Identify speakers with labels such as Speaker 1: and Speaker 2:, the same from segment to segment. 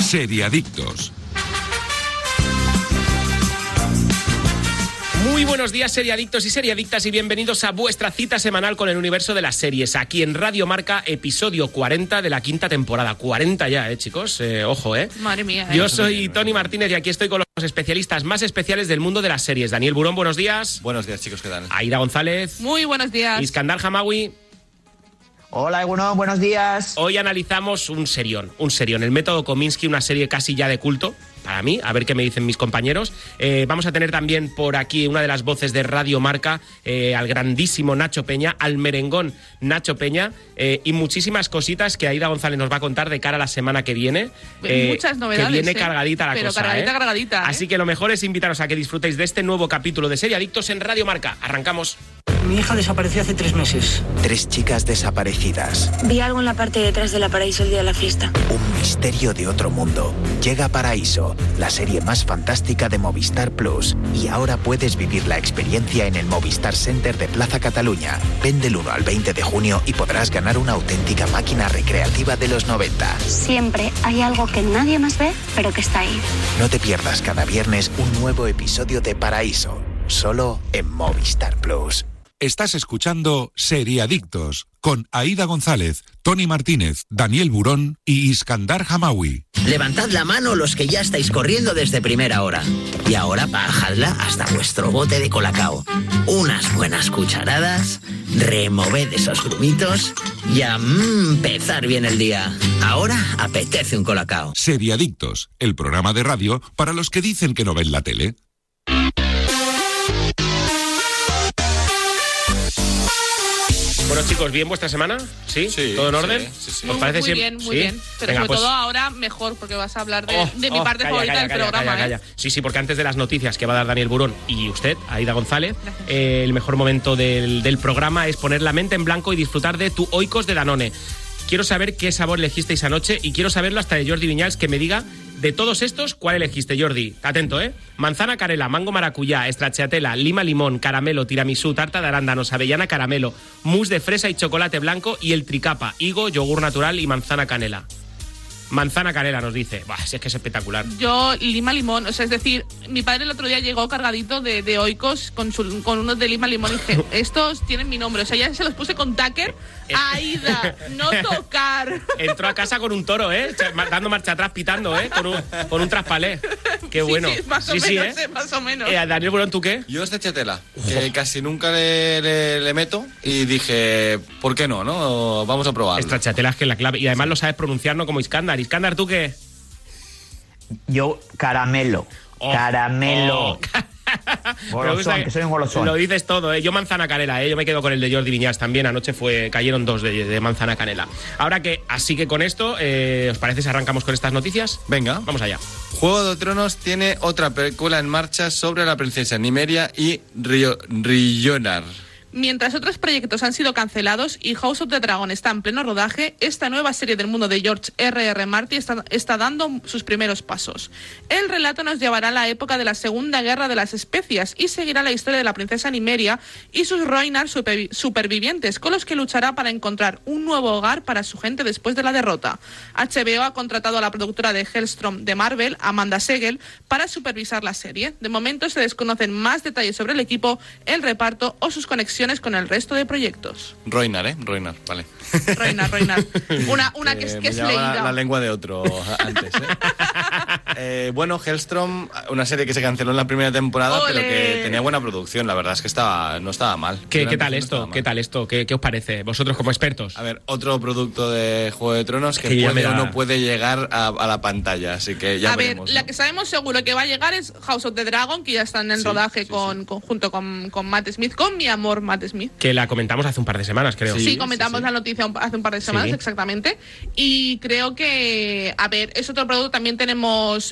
Speaker 1: Seriadictos.
Speaker 2: Muy buenos días, seriadictos y seriadictas, y bienvenidos a vuestra cita semanal con el universo de las series, aquí en Radio Marca, episodio 40 de la quinta temporada. 40 ya, eh, chicos, Eh, ojo, eh.
Speaker 3: Madre mía. ¿eh?
Speaker 2: Yo soy Tony Martínez y aquí estoy con los especialistas más especiales del mundo de las series. Daniel Burón, buenos días.
Speaker 4: Buenos días, chicos, ¿qué tal?
Speaker 2: Aida González.
Speaker 3: Muy buenos días.
Speaker 2: Iskandar Hamawi.
Speaker 5: Hola, Egunon, buenos días.
Speaker 2: Hoy analizamos un serión, un serión, el método Kominsky, una serie casi ya de culto para mí, a ver qué me dicen mis compañeros. Eh, vamos a tener también por aquí una de las voces de Radio Marca, eh, al grandísimo Nacho Peña, al merengón Nacho Peña, eh, y muchísimas cositas que Aida González nos va a contar de cara a la semana que viene.
Speaker 3: Eh, muchas novedades,
Speaker 2: Que viene
Speaker 3: eh,
Speaker 2: cargadita la
Speaker 3: pero
Speaker 2: cosa.
Speaker 3: cargadita,
Speaker 2: eh.
Speaker 3: cargadita, eh.
Speaker 2: Así que lo mejor es invitaros a que disfrutéis de este nuevo capítulo de Serie Adictos en Radio Marca. Arrancamos.
Speaker 6: Mi hija desapareció hace tres meses.
Speaker 7: Tres chicas desaparecidas.
Speaker 8: Vi algo en la parte detrás de la paraíso el día de la fiesta.
Speaker 7: Un misterio de otro mundo. Llega Paraíso, la serie más fantástica de Movistar Plus. Y ahora puedes vivir la experiencia en el Movistar Center de Plaza Cataluña. Ven del 1 al 20 de junio y podrás ganar una auténtica máquina recreativa de los 90.
Speaker 8: Siempre hay algo que nadie más ve, pero que está ahí.
Speaker 7: No te pierdas cada viernes un nuevo episodio de Paraíso, solo en Movistar Plus.
Speaker 1: Estás escuchando Seriadictos con Aida González, Tony Martínez, Daniel Burón y Iskandar Hamawi.
Speaker 9: Levantad la mano los que ya estáis corriendo desde primera hora. Y ahora bajadla hasta vuestro bote de colacao. Unas buenas cucharadas, removed esos grumitos y a mm, empezar bien el día. Ahora apetece un colacao.
Speaker 1: Seriadictos, el programa de radio para los que dicen que no ven la tele.
Speaker 2: Bueno, chicos, ¿bien vuestra semana? ¿Sí?
Speaker 4: Sí,
Speaker 2: ¿Todo en
Speaker 4: sí,
Speaker 2: orden?
Speaker 4: sí, sí.
Speaker 2: ¿Os
Speaker 3: Muy,
Speaker 2: parece
Speaker 3: muy
Speaker 2: siem-
Speaker 3: bien, muy
Speaker 2: ¿Sí?
Speaker 3: bien. Pero
Speaker 2: Venga,
Speaker 3: sobre
Speaker 2: pues-
Speaker 3: todo ahora mejor, porque vas a hablar de,
Speaker 2: Oh,
Speaker 3: de mi
Speaker 2: oh,
Speaker 3: parte
Speaker 2: calla,
Speaker 3: favorita
Speaker 2: calla,
Speaker 3: del
Speaker 2: calla,
Speaker 3: programa.
Speaker 2: calla,
Speaker 3: ¿eh?
Speaker 2: calla. Sí, sí, porque antes de las noticias que va a dar Daniel Burón y usted, Aida González, eh, el mejor momento del, del programa es poner la mente en blanco y disfrutar de tu Oikos de Danone. Quiero saber qué sabor elegisteis anoche y quiero saberlo hasta de Jordi Viñals que me diga de todos estos cuál elegiste, Jordi. Atento, ¿eh? Manzana carela, mango maracuyá, estracciatela, lima limón, caramelo, tiramisú, tarta de arándanos, avellana caramelo, mousse de fresa y chocolate blanco y el tricapa, higo, yogur natural y manzana canela. Manzana canela nos dice. Bah, si es que es espectacular.
Speaker 3: Yo lima limón, o sea, es decir, mi padre el otro día llegó cargadito de, de oikos con, su- con unos de lima limón y dije, estos tienen mi nombre, o sea, ya se los puse con Tucker, Aida, no tocar.
Speaker 2: Entró a casa con un toro, ¿eh? Cha- ma- Dando marcha atrás, pitando, ¿eh? Con un, con un traspalé. Qué
Speaker 3: Sí,
Speaker 2: bueno.
Speaker 3: Sí, más o
Speaker 2: Sí, sí,
Speaker 3: menos,
Speaker 2: ¿eh?
Speaker 3: eh, más o menos.
Speaker 2: Eh, Daniel Burón, ¿tú qué?
Speaker 4: Yo este chetela, que casi nunca le, le- le meto, y dije, ¿por qué no, no? Vamos a probar.
Speaker 2: Esta chatela es que es la clave. Y además lo sabes pronunciar, no como Iskandar. Iskandar, ¿tú qué?
Speaker 5: Yo, caramelo.
Speaker 2: Oh,
Speaker 5: caramelo.
Speaker 2: oh. Me gusta
Speaker 5: Golosón, que soy un golosón.
Speaker 2: Lo dices todo, ¿eh? Yo manzana canela, ¿eh? Yo me quedo con el de Jordi Viñas también. Anoche fue, cayeron dos de, de manzana canela. Ahora que, así que con esto, eh, ¿os parece si arrancamos con estas noticias?
Speaker 4: Venga,
Speaker 2: Vamos allá.
Speaker 4: Juego de Tronos tiene otra película en marcha sobre la princesa Nimeria y Rio- Rionar.
Speaker 3: Mientras otros proyectos han sido cancelados y House of the Dragon está en pleno rodaje, esta nueva serie del mundo de George R.R. Martin está, está dando sus primeros pasos. El relato nos llevará a la época de la Segunda Guerra de las Especias y seguirá la historia de la princesa Nimeria y sus Roinar supervi- supervivientes, con los que luchará para encontrar un nuevo hogar para su gente después de la derrota. HBO ha contratado a la productora de Hellstrom de Marvel, Amanda Segel, para supervisar la serie. De momento se desconocen más detalles sobre el equipo, el reparto o sus conexiones con el resto de proyectos.
Speaker 4: Roinar, ¿eh? Roinar, vale. Eh,
Speaker 3: Reina, reina. Una, una que, es- que
Speaker 4: me
Speaker 3: es
Speaker 4: llevaba
Speaker 3: leída.
Speaker 4: pues La, la lengua de otro antes, ¿eh? Eh, bueno, Hellstrom, una serie que se canceló en la primera temporada, pero
Speaker 3: ¡Ole!
Speaker 4: que tenía buena producción, la verdad es que estaba, no estaba mal.
Speaker 2: ¿Qué, qué
Speaker 4: Realmente
Speaker 2: tal
Speaker 4: no estaba
Speaker 2: esto?
Speaker 4: mal.
Speaker 2: ¿Qué tal esto? ¿Qué, qué os parece? Vosotros como expertos.
Speaker 4: A ver, otro producto de Juego de Tronos que,
Speaker 2: Que ya me
Speaker 4: puede
Speaker 2: da-
Speaker 4: o no puede llegar a, a la pantalla, así que ya
Speaker 3: a ver,
Speaker 4: veremos,
Speaker 3: la
Speaker 4: ¿no?
Speaker 3: que sabemos seguro que va a llegar es House of the Dragon, que ya están en
Speaker 4: Sí,
Speaker 3: rodaje
Speaker 4: sí,
Speaker 3: con, con- junto con, con Matt Smith, con mi amor Matt Smith.
Speaker 2: Que la comentamos hace un par de semanas, creo.
Speaker 3: Sí,
Speaker 4: Sí,
Speaker 3: comentamos
Speaker 4: sí,
Speaker 3: la
Speaker 4: sí.
Speaker 3: noticia un- hace un par de semanas,
Speaker 2: Sí.
Speaker 3: exactamente. Y creo que, a ver, es otro producto. También tenemos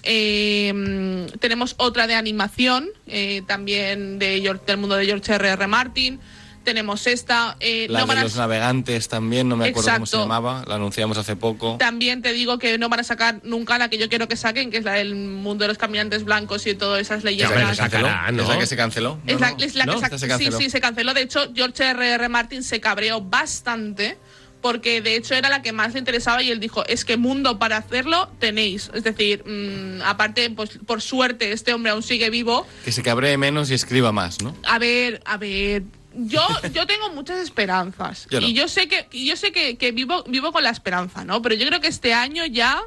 Speaker 3: eh, tenemos otra de animación, eh, también de George- del mundo de George R.R. Martin. Tenemos esta. eh,
Speaker 4: La
Speaker 3: no van
Speaker 4: de
Speaker 3: a-
Speaker 4: los navegantes también, no me acuerdo cómo se
Speaker 3: Exacto.
Speaker 4: llamaba, la anunciamos hace poco.
Speaker 3: También te digo que no van a sacar nunca la que yo quiero que saquen, que es la del mundo de los caminantes blancos y todas esas
Speaker 2: Ya, hombre,
Speaker 3: leyendas.
Speaker 2: esa- sacará, ¿no?
Speaker 4: Es la que se canceló. No,
Speaker 3: Es la,
Speaker 4: no,
Speaker 3: es la
Speaker 4: no,
Speaker 3: que
Speaker 4: esta
Speaker 3: sa-
Speaker 4: se canceló.
Speaker 3: Sí, sí, se canceló. De hecho, George R.R. Martin se cabreó bastante porque de hecho era la que más le interesaba y él dijo, es que mundo para hacerlo tenéis. Es decir, mm, aparte, pues por suerte este hombre aún sigue vivo.
Speaker 4: Que se cabree menos y escriba más, ¿no?
Speaker 3: A ver, a ver. Yo, yo tengo muchas esperanzas.
Speaker 4: Yo no.
Speaker 3: Y yo sé que, y yo sé que, que vivo, vivo con la esperanza, ¿no? Pero yo creo que este año ya,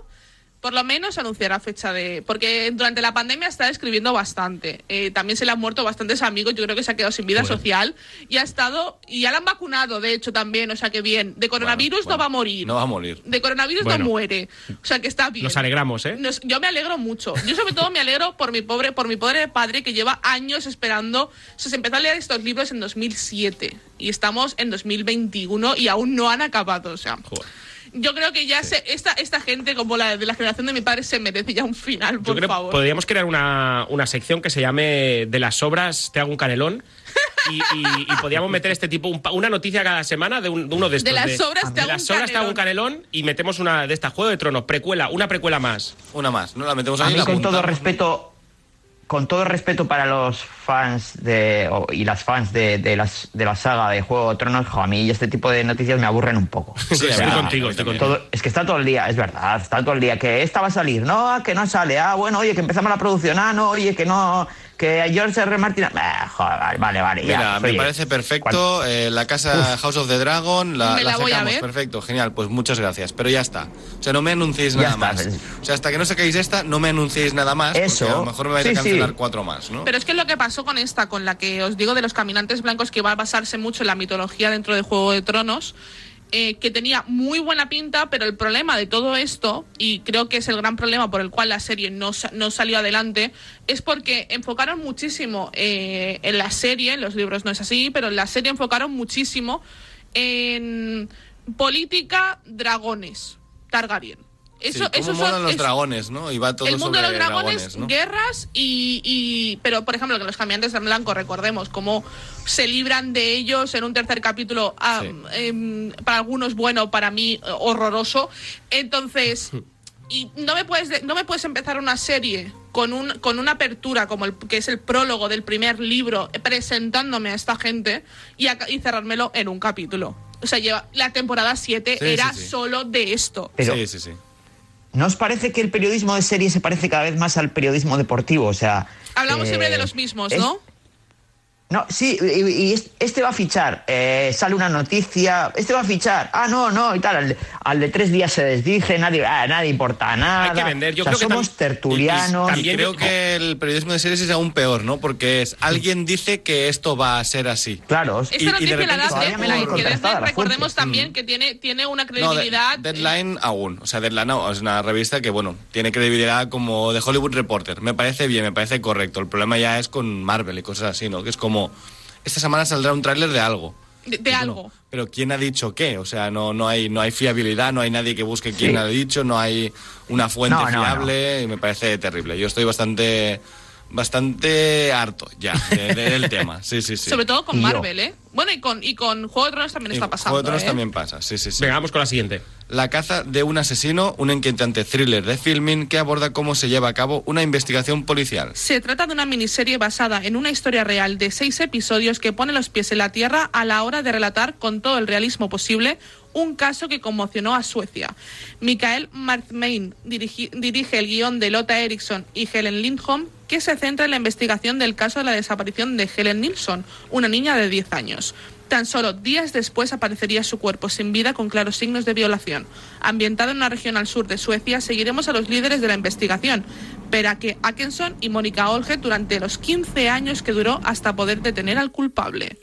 Speaker 3: por lo menos, anunciará fecha de. Porque durante la pandemia está escribiendo bastante. Eh, también se le han muerto bastantes amigos. Yo creo que se ha quedado sin vida
Speaker 4: Bueno.
Speaker 3: social. Y ha estado. Y ya la han vacunado, de hecho, también. O sea que bien. De coronavirus
Speaker 4: bueno.
Speaker 3: no va a morir.
Speaker 4: No va a morir.
Speaker 3: De coronavirus
Speaker 2: Bueno.
Speaker 3: no muere. O sea que está bien.
Speaker 2: Nos alegramos, ¿eh?
Speaker 3: Nos- yo me alegro mucho. Yo sobre todo me alegro por mi pobre, por mi pobre padre que lleva años esperando. O sea, se empezó a leer estos libros en 2007 y estamos en 2021 y aún no han acabado. O sea,
Speaker 2: Joder.
Speaker 3: yo creo que ya se- esta, esta gente como la de la generación de mi padre se merece ya un final,
Speaker 2: Yo
Speaker 3: por
Speaker 2: creo
Speaker 3: favor.
Speaker 2: podríamos crear una, una sección que se llame De las obras, te hago un canelón. Y, y- y podríamos meter este tipo, un pa- una noticia cada semana de, un- de uno de estos.
Speaker 3: De las obras, te
Speaker 2: de
Speaker 3: hago
Speaker 2: las
Speaker 3: un
Speaker 2: obras te hago un canelón y metemos una de estas, Juego de Tronos, precuela, una precuela más.
Speaker 4: Una más, ¿no? La metemos
Speaker 5: A
Speaker 4: ahí y
Speaker 5: mí
Speaker 4: la
Speaker 5: con todo
Speaker 4: apuntamos.
Speaker 5: respeto, con todo respeto para los fans de o- y las fans de, de las, de la saga de Juego de Tronos, jo, a mí este tipo de noticias me aburren un poco.
Speaker 4: Sí, a mí
Speaker 2: estoy
Speaker 4: también,
Speaker 2: contigo,
Speaker 4: a mí
Speaker 2: estoy
Speaker 4: también.
Speaker 5: Todo- es que está todo el día, es verdad, está todo el día que esta va a salir, no, ah, que no sale, ah, bueno, oye, que empezamos la producción, ah, no, oye, que no, que George R. R. Martin, ah, joder, vale, vale, ya.
Speaker 4: Mira, me
Speaker 5: oye,
Speaker 4: parece perfecto. eh, la casa House of the Dragon, la,
Speaker 3: Me la voy a
Speaker 4: sacamos.
Speaker 3: ver.
Speaker 4: Perfecto, genial. Pues muchas gracias. Pero ya está. O sea, no me anunciéis
Speaker 5: Ya
Speaker 4: nada
Speaker 5: está,
Speaker 4: más.
Speaker 5: pues.
Speaker 4: O sea, hasta que no saquéis esta, no me anunciéis nada más.
Speaker 5: Eso.
Speaker 4: Porque a lo mejor me vais
Speaker 5: Sí,
Speaker 4: a cancelar
Speaker 5: sí.
Speaker 4: cuatro más, ¿no?
Speaker 3: Pero es que lo que pasó con esta, con la que os digo de los caminantes blancos, que va a basarse mucho en la mitología dentro de Juego de Tronos, eh, que tenía muy buena pinta, pero el problema de todo esto, y creo que es el gran problema por el cual la serie no, sa- no salió adelante, es porque enfocaron muchísimo eh, en la serie, en los libros no es así, pero en la serie enfocaron muchísimo en política dragones, Targaryen.
Speaker 4: Sí,
Speaker 3: Eso,
Speaker 4: cómo
Speaker 3: eso
Speaker 4: molan
Speaker 3: son-
Speaker 4: los
Speaker 3: es-
Speaker 4: dragones, ¿no? Y va todo
Speaker 3: el mundo de
Speaker 4: sobre
Speaker 3: los dragones,
Speaker 4: ¿no?
Speaker 3: guerras y, y- Pero, por ejemplo, que los caminantes en blanco, recordemos cómo se libran de ellos en un tercer capítulo, ah,
Speaker 4: Sí.
Speaker 3: em, para algunos bueno, para mí eh, horroroso. Entonces, y no me puedes, de- no me puedes empezar una serie con, un, con una apertura como el que es el prólogo del primer libro, eh, presentándome a esta gente y, aca- y cerrármelo en un capítulo. O sea, lleva, la temporada 7
Speaker 4: Sí,
Speaker 3: era
Speaker 4: sí, sí.
Speaker 3: solo de esto.
Speaker 5: pero-
Speaker 4: Sí, sí, sí.
Speaker 5: ¿No os parece que el periodismo de serie se parece cada vez más al periodismo deportivo? O sea.
Speaker 3: Hablamos
Speaker 5: eh,
Speaker 3: siempre de los mismos,
Speaker 5: es-
Speaker 3: ¿no?
Speaker 5: No, sí, y, y es- este va a fichar, eh, sale una noticia, este va a fichar, ah, no, no, y tal, al, de- al de tres días se desdice, nadie, ah, nadie importa nada.
Speaker 2: Hay que vender, yo
Speaker 5: O sea,
Speaker 2: creo que
Speaker 5: somos
Speaker 2: tam-
Speaker 5: tertulianos.
Speaker 2: y- y también-
Speaker 4: Y creo
Speaker 2: yo-
Speaker 4: que el periodismo de series es aún peor, ¿no? Porque es alguien dice que esto va a ser así.
Speaker 5: Claro,
Speaker 4: Y- y de
Speaker 3: Esta noticia la
Speaker 4: repente
Speaker 3: da
Speaker 5: todavía me la han
Speaker 3: Deadline, que
Speaker 5: contrastado,
Speaker 3: Deadline,
Speaker 5: la fuente.
Speaker 3: recordemos también que tiene, tiene una
Speaker 4: No, de-
Speaker 3: credibilidad. eh,
Speaker 4: Deadline aún. O sea, Deadline aún es una revista que, bueno, tiene credibilidad como de Hollywood Reporter. Me parece bien, me parece correcto. El problema ya es con Marvel y cosas así, ¿no? Que es como, esta semana saldrá un tráiler de algo.
Speaker 3: de, de
Speaker 4: Y bueno,
Speaker 3: algo.
Speaker 4: Pero ¿quién ha dicho qué? O sea, no, no, hay, no hay fiabilidad, no hay nadie que busque quién ha dicho, no hay una fuente
Speaker 5: No, no,
Speaker 4: fiable y me parece terrible. Yo estoy bastante bastante harto ya de- de- del tema. Sí, sí, sí.
Speaker 3: Sobre todo con
Speaker 5: Y yo.
Speaker 3: Marvel, ¿eh? Bueno, y con, y con Juego de Tronos también
Speaker 4: Y
Speaker 3: está pasando.
Speaker 4: Juego de Tronos
Speaker 3: ¿eh?
Speaker 4: también pasa, sí, sí, sí.
Speaker 2: Venga, vamos con la siguiente.
Speaker 4: La caza de un asesino, un inquietante thriller de filming que aborda cómo se lleva a cabo una investigación policial.
Speaker 3: Se trata de una miniserie basada en una historia real de seis episodios que pone los pies en la tierra a la hora de relatar con todo el realismo posible un caso que conmocionó a Suecia. Mikael Martmein dirigi- dirige el guión de Lotta Eriksson y Helen Lindholm, que se centra en la investigación del caso de la desaparición de Helen Nilsson, una niña de 10 años. Tan solo días después aparecería su cuerpo sin vida con claros signos de violación. Ambientado en una región al sur de Suecia, seguiremos a los líderes de la investigación, que Atkinson y Mónica Olge durante los 15 años que duró hasta poder detener al culpable.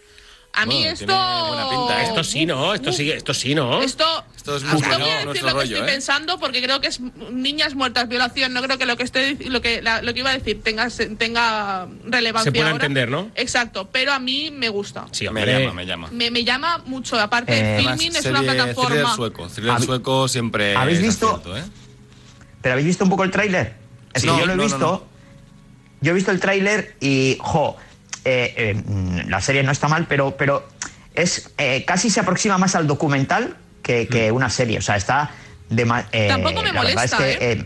Speaker 3: A mí
Speaker 4: Bueno,
Speaker 3: esto...
Speaker 4: tiene buena pinta, ¿eh?
Speaker 2: Esto sí, ¿no? Esto sí, esto sí, ¿no?
Speaker 3: Esto,
Speaker 4: Esto es
Speaker 3: os
Speaker 4: muy
Speaker 3: no
Speaker 4: bueno,
Speaker 3: voy a decir
Speaker 4: nuestro
Speaker 3: lo que
Speaker 4: rollo,
Speaker 3: estoy
Speaker 4: ¿eh?
Speaker 3: pensando porque creo que es mm, niñas muertas, violación. No creo que lo que estoy, lo que la- lo que iba a decir tenga tenga
Speaker 2: Se
Speaker 3: relevancia.
Speaker 2: pueda
Speaker 3: ahora.
Speaker 2: entender, ¿no?
Speaker 3: Exacto, pero a mí me gusta.
Speaker 2: Sí,
Speaker 4: me
Speaker 2: hombre.
Speaker 4: llama, me llama.
Speaker 3: Me, me llama mucho. Aparte,
Speaker 5: Eh,
Speaker 4: Además,
Speaker 3: Filmin es una
Speaker 4: serie- Thriller
Speaker 3: plataforma.
Speaker 4: sueco, thriller
Speaker 5: ¿Habéis-
Speaker 4: sueco siempre.
Speaker 5: ¿habéis
Speaker 4: es
Speaker 5: visto?
Speaker 4: acierto, ¿eh?
Speaker 5: ¿Pero habéis visto un poco el tráiler? Es
Speaker 4: No,
Speaker 5: que yo lo he
Speaker 4: no, no,
Speaker 5: visto.
Speaker 4: no.
Speaker 5: Yo he visto el tráiler y, jo, eh, eh, mm, la serie no está mal, pero, pero es eh, casi se aproxima más al documental que, que
Speaker 4: Mm.
Speaker 5: una serie. O sea, está... De, ma- eh,
Speaker 3: Tampoco me
Speaker 5: la verdad
Speaker 3: molesta, ¿eh?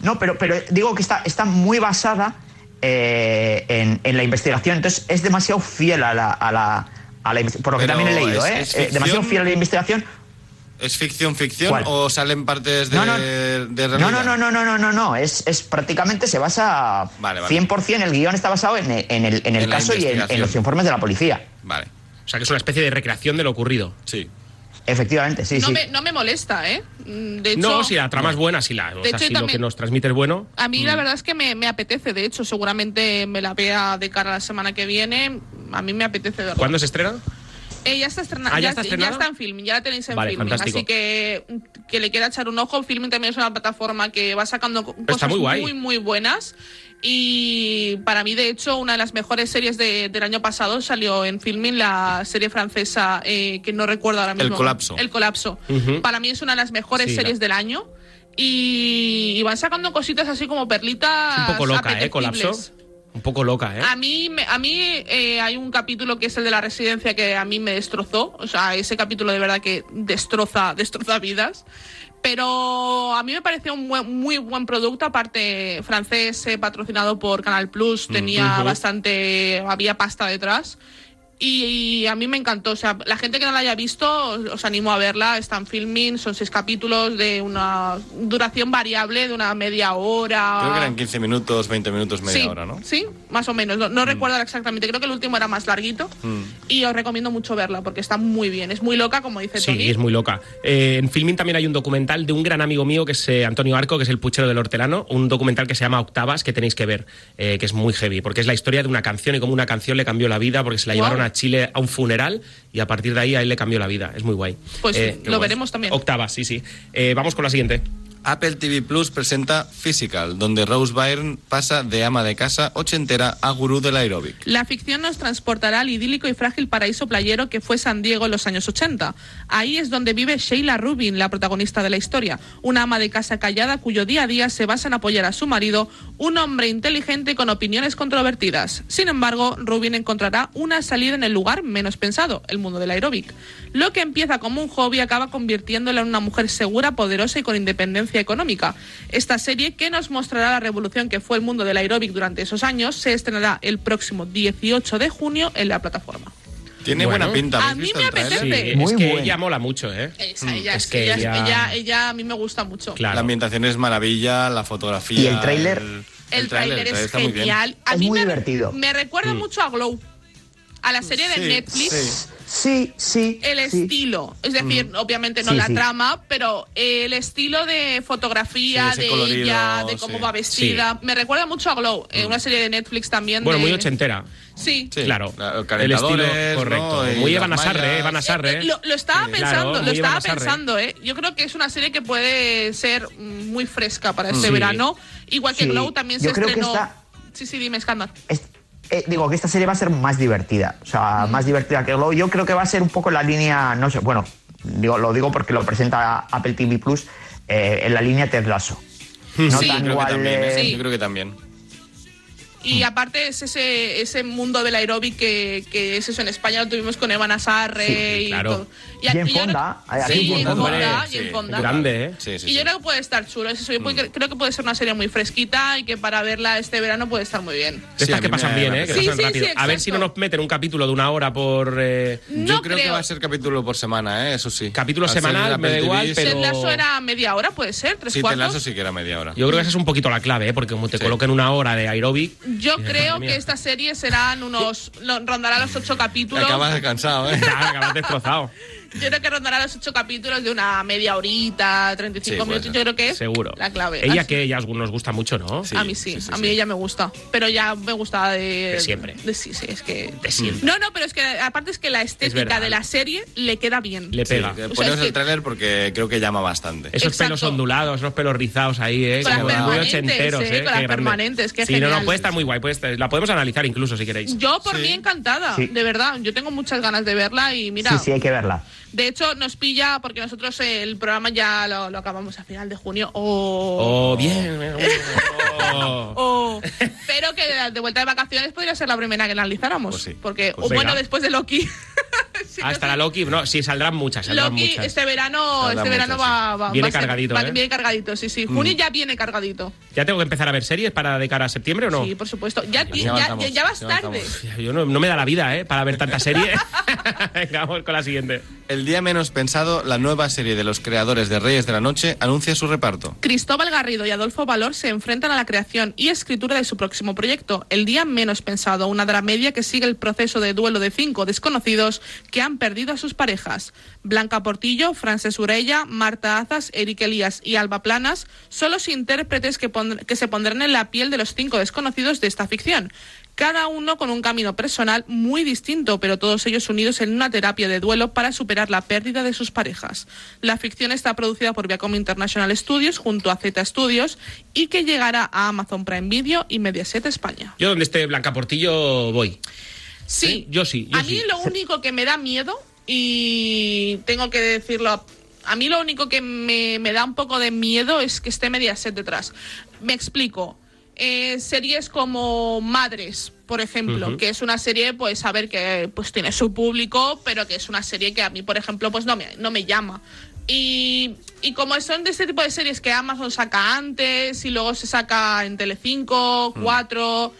Speaker 5: no, pero, pero digo que está, está muy basada eh, en, en la investigación. Entonces es demasiado fiel a la... A la, a la inves- por lo que
Speaker 4: Pero
Speaker 5: también he leído,
Speaker 4: es-
Speaker 5: ¿eh?
Speaker 4: es
Speaker 5: Eh, demasiado
Speaker 4: ficción.
Speaker 5: fiel a la investigación
Speaker 4: ¿Es ficción, ficción
Speaker 5: ¿Cuál?
Speaker 4: o salen partes de,
Speaker 5: No, no.
Speaker 4: de
Speaker 5: No,
Speaker 4: realidad?
Speaker 5: no, no, no, no, no, no, no. Es, es prácticamente se basa
Speaker 4: Vale, vale.
Speaker 5: 100%, el guión está basado en, en el, en el
Speaker 4: En la
Speaker 5: caso y en- en,
Speaker 4: investigación.
Speaker 5: los informes de la policía.
Speaker 4: Vale,
Speaker 2: O sea, que es una especie de recreación de lo ocurrido.
Speaker 4: sí.
Speaker 5: Efectivamente, sí,
Speaker 3: no,
Speaker 5: sí.
Speaker 3: me, no me molesta, ¿eh? Mm, De hecho,
Speaker 2: no, si la trama es buena, si, la, o
Speaker 3: De
Speaker 2: sea,
Speaker 3: hecho,
Speaker 2: si
Speaker 3: y
Speaker 2: lo
Speaker 3: también-
Speaker 2: que nos transmite es bueno.
Speaker 3: a mí la verdad es que me, me apetece. De hecho, seguramente me la vea de cara a la semana que viene. A mí me apetece verla.
Speaker 2: ¿Cuándo se estrena?
Speaker 3: Eh, ya está estrenada.
Speaker 2: Ah, ¿ya
Speaker 3: ya,
Speaker 2: está
Speaker 3: ya
Speaker 2: estrenada?
Speaker 3: está en film, ya la tenéis en
Speaker 2: Vale,
Speaker 3: filming.
Speaker 2: fantástico.
Speaker 3: Así que mm, que le quiera echar un ojo. Filming también es una plataforma que va sacando co-
Speaker 2: Está
Speaker 3: cosas
Speaker 2: muy guay.
Speaker 3: muy, muy buenas. Y para mí, de hecho, una de las mejores series de- del año pasado salió en Filming, la serie francesa eh, que no recuerdo ahora
Speaker 4: El
Speaker 3: mismo.
Speaker 4: Colapso.
Speaker 3: El Colapso.
Speaker 2: Ujú.
Speaker 3: Para mí es una de las mejores
Speaker 2: Sí, la-
Speaker 3: series del año. Y, y van sacando cositas así como perlitas.
Speaker 2: un poco loca, ¿eh?
Speaker 3: apetecibles.
Speaker 2: Colapso. Un poco loca, ¿eh?
Speaker 3: A mí, me- a mí eh, hay un capítulo que es el de la residencia que a mí me destrozó. O sea, ese capítulo de verdad que destroza, destroza vidas. Pero a mí me pareció un buen- muy buen producto, aparte francés, eh, patrocinado por Canal Plus, tenía
Speaker 2: ujú.
Speaker 3: bastante, había pasta detrás. Y, a mí me encantó. O sea, la gente que no la haya visto, os, os animo a verla. Están filming, son seis capítulos de una duración variable, de una media hora.
Speaker 4: Creo que eran 15 minutos, 20 minutos, media
Speaker 3: Ah. Sí,
Speaker 4: hora, ¿no?
Speaker 3: Sí, más o menos. No, no recuerdo exactamente. Creo que el último era más larguito.
Speaker 4: Mm.
Speaker 3: Y os recomiendo mucho verla porque está muy bien. Es muy loca, como dice
Speaker 2: Sí,
Speaker 3: Tony.
Speaker 2: es muy loca. Eh, en Filmin también hay un documental de un gran amigo mío que es eh, Antonio Arco, que es el puchero del hortelano, un documental que se llama Octavas, que tenéis que ver, eh, que es muy heavy, porque es la historia de una canción y cómo una canción le cambió la vida, porque se la
Speaker 3: Wow.
Speaker 2: llevaron a Chile a un funeral y a partir de ahí a él le cambió la vida. Es muy guay.
Speaker 3: Pues
Speaker 2: Eh,
Speaker 3: lo veremos también.
Speaker 2: Octavas, sí, sí. Eh, vamos con la siguiente.
Speaker 4: Apple TV Plus presenta Physical, donde Rose Byrne pasa de ama de casa ochentera a gurú del aeróbic.
Speaker 3: La ficción nos transportará al idílico y frágil paraíso playero que fue San Diego en los años 80. Ahí es donde vive Sheila Rubin, la protagonista de la historia, una ama de casa callada cuyo día a día se basa en apoyar a su marido, un hombre inteligente con opiniones controvertidas. Sin embargo, Rubin encontrará una salida en el lugar menos pensado, el mundo del aeróbic. Lo que empieza como un hobby acaba convirtiéndola en una mujer segura, poderosa y con independencia económica. Esta serie, que nos mostrará la revolución que fue el mundo del aeróbic durante esos años, se estrenará el próximo 18 de junio en la plataforma.
Speaker 4: Tiene
Speaker 2: Bueno.
Speaker 4: buena pinta. ¿habéis
Speaker 3: A mí
Speaker 4: visto
Speaker 3: me
Speaker 4: el tráiler?
Speaker 3: apetece.
Speaker 2: Sí,
Speaker 5: Muy
Speaker 2: es que
Speaker 5: buena.
Speaker 2: ella mola mucho, ¿eh?
Speaker 3: Esa, ella,
Speaker 2: es que
Speaker 3: ella,
Speaker 2: ella-
Speaker 3: ella- ella a mí me gusta mucho.
Speaker 2: Claro.
Speaker 4: La ambientación es maravilla, la fotografía.
Speaker 5: ¿Y el tráiler?
Speaker 3: El, tráiler es
Speaker 4: está muy bien.
Speaker 3: genial. A
Speaker 5: Es
Speaker 3: mí
Speaker 5: muy
Speaker 3: me,
Speaker 5: divertido.
Speaker 3: Me recuerda mucho a Glow, a la serie
Speaker 4: Sí,
Speaker 3: de Netflix.
Speaker 4: sí.
Speaker 5: Sí, sí.
Speaker 3: el
Speaker 5: sí. Mm.
Speaker 3: estilo, es decir, obviamente no
Speaker 5: Sí,
Speaker 3: la
Speaker 5: sí.
Speaker 3: trama, pero el estilo de fotografía
Speaker 4: Sí, ese
Speaker 3: de
Speaker 4: colorido,
Speaker 3: ella, de cómo
Speaker 4: sí.
Speaker 3: va vestida, me recuerda mucho a Glow, eh, una serie de Netflix también.
Speaker 2: Mm. Bueno,
Speaker 3: de-
Speaker 2: muy ochentera.
Speaker 3: Sí.
Speaker 4: Sí.
Speaker 2: Claro.
Speaker 4: Claro,
Speaker 2: El estilo
Speaker 4: calentadores,
Speaker 2: correcto.
Speaker 4: ¿no? Y
Speaker 2: Muy
Speaker 4: las
Speaker 2: Evan Asarre,
Speaker 4: mallas.
Speaker 2: ¿eh? Evan Asarre.
Speaker 3: Eh, Lo, lo estaba
Speaker 2: Sí.
Speaker 3: pensando,
Speaker 2: Claro,
Speaker 3: lo
Speaker 2: muy
Speaker 3: estaba
Speaker 2: Ivana Sarre.
Speaker 3: pensando, ¿eh? Yo creo que es una serie que puede ser mm, muy fresca para este
Speaker 2: Sí.
Speaker 3: verano, igual que
Speaker 5: Sí.
Speaker 3: Glow también
Speaker 5: Yo
Speaker 3: se
Speaker 5: creo que
Speaker 3: estrenó.
Speaker 5: está-
Speaker 3: Sí, sí, dime, Escándalo.
Speaker 5: Es- eh, digo que esta serie va a ser más divertida, o sea, más divertida que Glow. Yo creo que va a ser un poco la línea, no sé, bueno, digo, lo digo porque lo presenta Apple TV Plus eh, en la línea Ted Lasso. No
Speaker 3: Sí.
Speaker 5: tan
Speaker 4: Creo que
Speaker 5: igual.
Speaker 4: también, ¿eh?
Speaker 5: eh,
Speaker 3: Sí.
Speaker 4: Yo creo que también.
Speaker 3: Y
Speaker 4: Hmm.
Speaker 3: aparte es ese, ese mundo del aeróbic que, que es eso, en España lo tuvimos con Evan Asarre
Speaker 2: Sí,
Speaker 3: y
Speaker 2: claro.
Speaker 3: todo.
Speaker 5: Y en
Speaker 3: aquí yo creo-
Speaker 5: Fonda, hay-
Speaker 3: Sí,
Speaker 5: hay en
Speaker 3: en
Speaker 5: Fonda,
Speaker 3: Fonda,
Speaker 4: hombre,
Speaker 3: y en
Speaker 4: sí.
Speaker 3: Fonda.
Speaker 2: Grande, ¿eh?
Speaker 4: Sí, sí,
Speaker 3: y
Speaker 4: sí. Hmm.
Speaker 3: yo creo que puede estar chulo, es eso, yo puede- creo que puede ser una serie muy fresquita y que para verla este verano puede estar muy bien.
Speaker 2: De
Speaker 4: Sí, a
Speaker 2: estas
Speaker 4: mí
Speaker 2: que
Speaker 4: me-
Speaker 2: pasan bien,
Speaker 4: me
Speaker 2: ¿eh? Que
Speaker 3: apetece.
Speaker 2: pasan
Speaker 3: Sí, sí,
Speaker 2: rápido.
Speaker 3: sí,
Speaker 2: a ver si no
Speaker 3: exacto.
Speaker 2: nos meten un capítulo de una hora por. eh,
Speaker 3: No
Speaker 4: Yo creo, que va a ser capítulo por semana, ¿eh? eso sí.
Speaker 2: Capítulo
Speaker 4: Al ser
Speaker 2: semanal,
Speaker 4: Apple
Speaker 2: me da
Speaker 4: TV,
Speaker 2: igual,
Speaker 4: sí.
Speaker 2: pero-
Speaker 3: Ted Lasso era media hora, puede ser, tres
Speaker 4: Sí, te
Speaker 3: cuartos.
Speaker 4: lazo sí que era media hora.
Speaker 2: Yo creo que esa es un poquito la clave, ¿eh? porque como te
Speaker 4: Sí.
Speaker 2: coloquen una hora de aeróbic.
Speaker 3: Yo
Speaker 2: Madre
Speaker 3: creo
Speaker 2: mía.
Speaker 3: que esta serie serán unos. lo- rondará los ocho capítulos.
Speaker 4: Acabas cansado, ¿eh?
Speaker 2: Claro, acabas destrozado.
Speaker 3: Yo creo que rondará los ocho capítulos de una media horita, 35
Speaker 4: Sí, puede
Speaker 3: minutos.
Speaker 4: ser.
Speaker 3: Yo creo que es
Speaker 2: Seguro.
Speaker 3: la clave.
Speaker 2: Ella
Speaker 3: Así-
Speaker 2: que ella nos gusta mucho, ¿no?
Speaker 4: Sí.
Speaker 3: a mí sí,
Speaker 4: sí, sí,
Speaker 3: a mí
Speaker 4: sí.
Speaker 3: ella me gusta. Pero ya me gustaba de.
Speaker 2: De siempre.
Speaker 3: de- sí, sí, es que.
Speaker 2: De siempre.
Speaker 3: No, no, pero es que aparte es que la estética
Speaker 2: verdad.
Speaker 3: de la serie le queda bien.
Speaker 2: Le pega.
Speaker 4: Sí,
Speaker 3: sea,
Speaker 4: ponemos
Speaker 3: es que-
Speaker 4: el tráiler porque creo que llama bastante.
Speaker 2: Esos
Speaker 3: Exacto.
Speaker 2: pelos ondulados, esos pelos rizados ahí, ¿eh?
Speaker 3: Con las
Speaker 2: Como muy
Speaker 3: permanentes,
Speaker 2: ochenteros,
Speaker 3: ¿eh?
Speaker 2: ¿eh? Qué
Speaker 3: Con las
Speaker 2: grande.
Speaker 3: permanentes, qué
Speaker 2: Sí, no,
Speaker 3: genial.
Speaker 2: no, puede estar muy guay. Puede estar- la podemos analizar incluso si queréis.
Speaker 3: Yo por
Speaker 4: Sí.
Speaker 3: mí encantada,
Speaker 5: Sí.
Speaker 3: de verdad. Yo tengo muchas ganas de verla y mira.
Speaker 5: Sí, sí, hay que verla.
Speaker 3: De hecho, nos pilla porque nosotros eh, el programa ya lo, lo acabamos a final de junio. O.
Speaker 2: Oh, bien. eh, oh.
Speaker 3: o- pero que de- de vuelta de vacaciones podría ser la primera que analizáramos.
Speaker 4: Pues sí,
Speaker 3: Porque,
Speaker 4: pues
Speaker 3: o bueno,
Speaker 2: venga.
Speaker 3: después de Loki. Sí, no
Speaker 2: Hasta la
Speaker 3: sé.
Speaker 2: Loki. No, sí, saldrán muchas. Saldrán
Speaker 3: Loki
Speaker 2: muchas.
Speaker 3: este verano,
Speaker 4: Saldrá
Speaker 3: este verano
Speaker 4: mucho,
Speaker 3: va, va-
Speaker 2: Viene
Speaker 3: va a ser-
Speaker 2: cargadito,
Speaker 3: va-
Speaker 2: ¿eh?
Speaker 3: Viene cargadito, sí, sí. Junio ya viene cargadito.
Speaker 2: ¿Ya tengo que empezar a ver series para de cara a septiembre o no?
Speaker 3: Sí, por supuesto. Ya, ti-
Speaker 4: Ya
Speaker 3: ya,
Speaker 4: avanzamos,
Speaker 3: ya- ya vas
Speaker 4: ya
Speaker 3: tarde.
Speaker 4: avanzamos.
Speaker 2: Yo no, no me da la vida, ¿eh? Para ver tanta serie. Venga, vamos con la siguiente.
Speaker 4: El día menos pensado, la nueva serie de los creadores de Reyes de la Noche anuncia su reparto.
Speaker 3: Cristóbal Garrido y Adolfo Valor se enfrentan a la creación y escritura de su próximo proyecto, El Día Menos Pensado, una dramedia que sigue el proceso de duelo de cinco desconocidos que han perdido a sus parejas. Blanca Portillo, Frances Urella, Marta Azas, Eric Elías y Alba Planas son los intérpretes que, pondr- que se pondrán en la piel de los cinco desconocidos de esta ficción cada uno con un camino personal muy distinto, pero todos ellos unidos en una terapia de duelo para superar la pérdida de sus parejas. La ficción está producida por Viacom International Studios junto a Z Studios y que llegará a Amazon Prime Video y Mediaset España.
Speaker 2: Yo donde esté Blanca Portillo voy.
Speaker 3: Sí,
Speaker 2: ¿Sí? Yo sí, yo
Speaker 3: a mí
Speaker 2: sí.
Speaker 3: lo único que me da miedo, y tengo que decirlo, a mí lo único que me, me da un poco de miedo es que esté Mediaset detrás. Me explico. Eh, series como Madres, por ejemplo,
Speaker 2: Ujú.
Speaker 3: que es una serie, pues, a ver, que pues tiene su público, pero que es una serie que a mí, por ejemplo, pues no me, no me llama. Y, y como son de este tipo de series que Amazon saca antes y luego se saca en Telecinco,
Speaker 2: Mm.
Speaker 3: 4,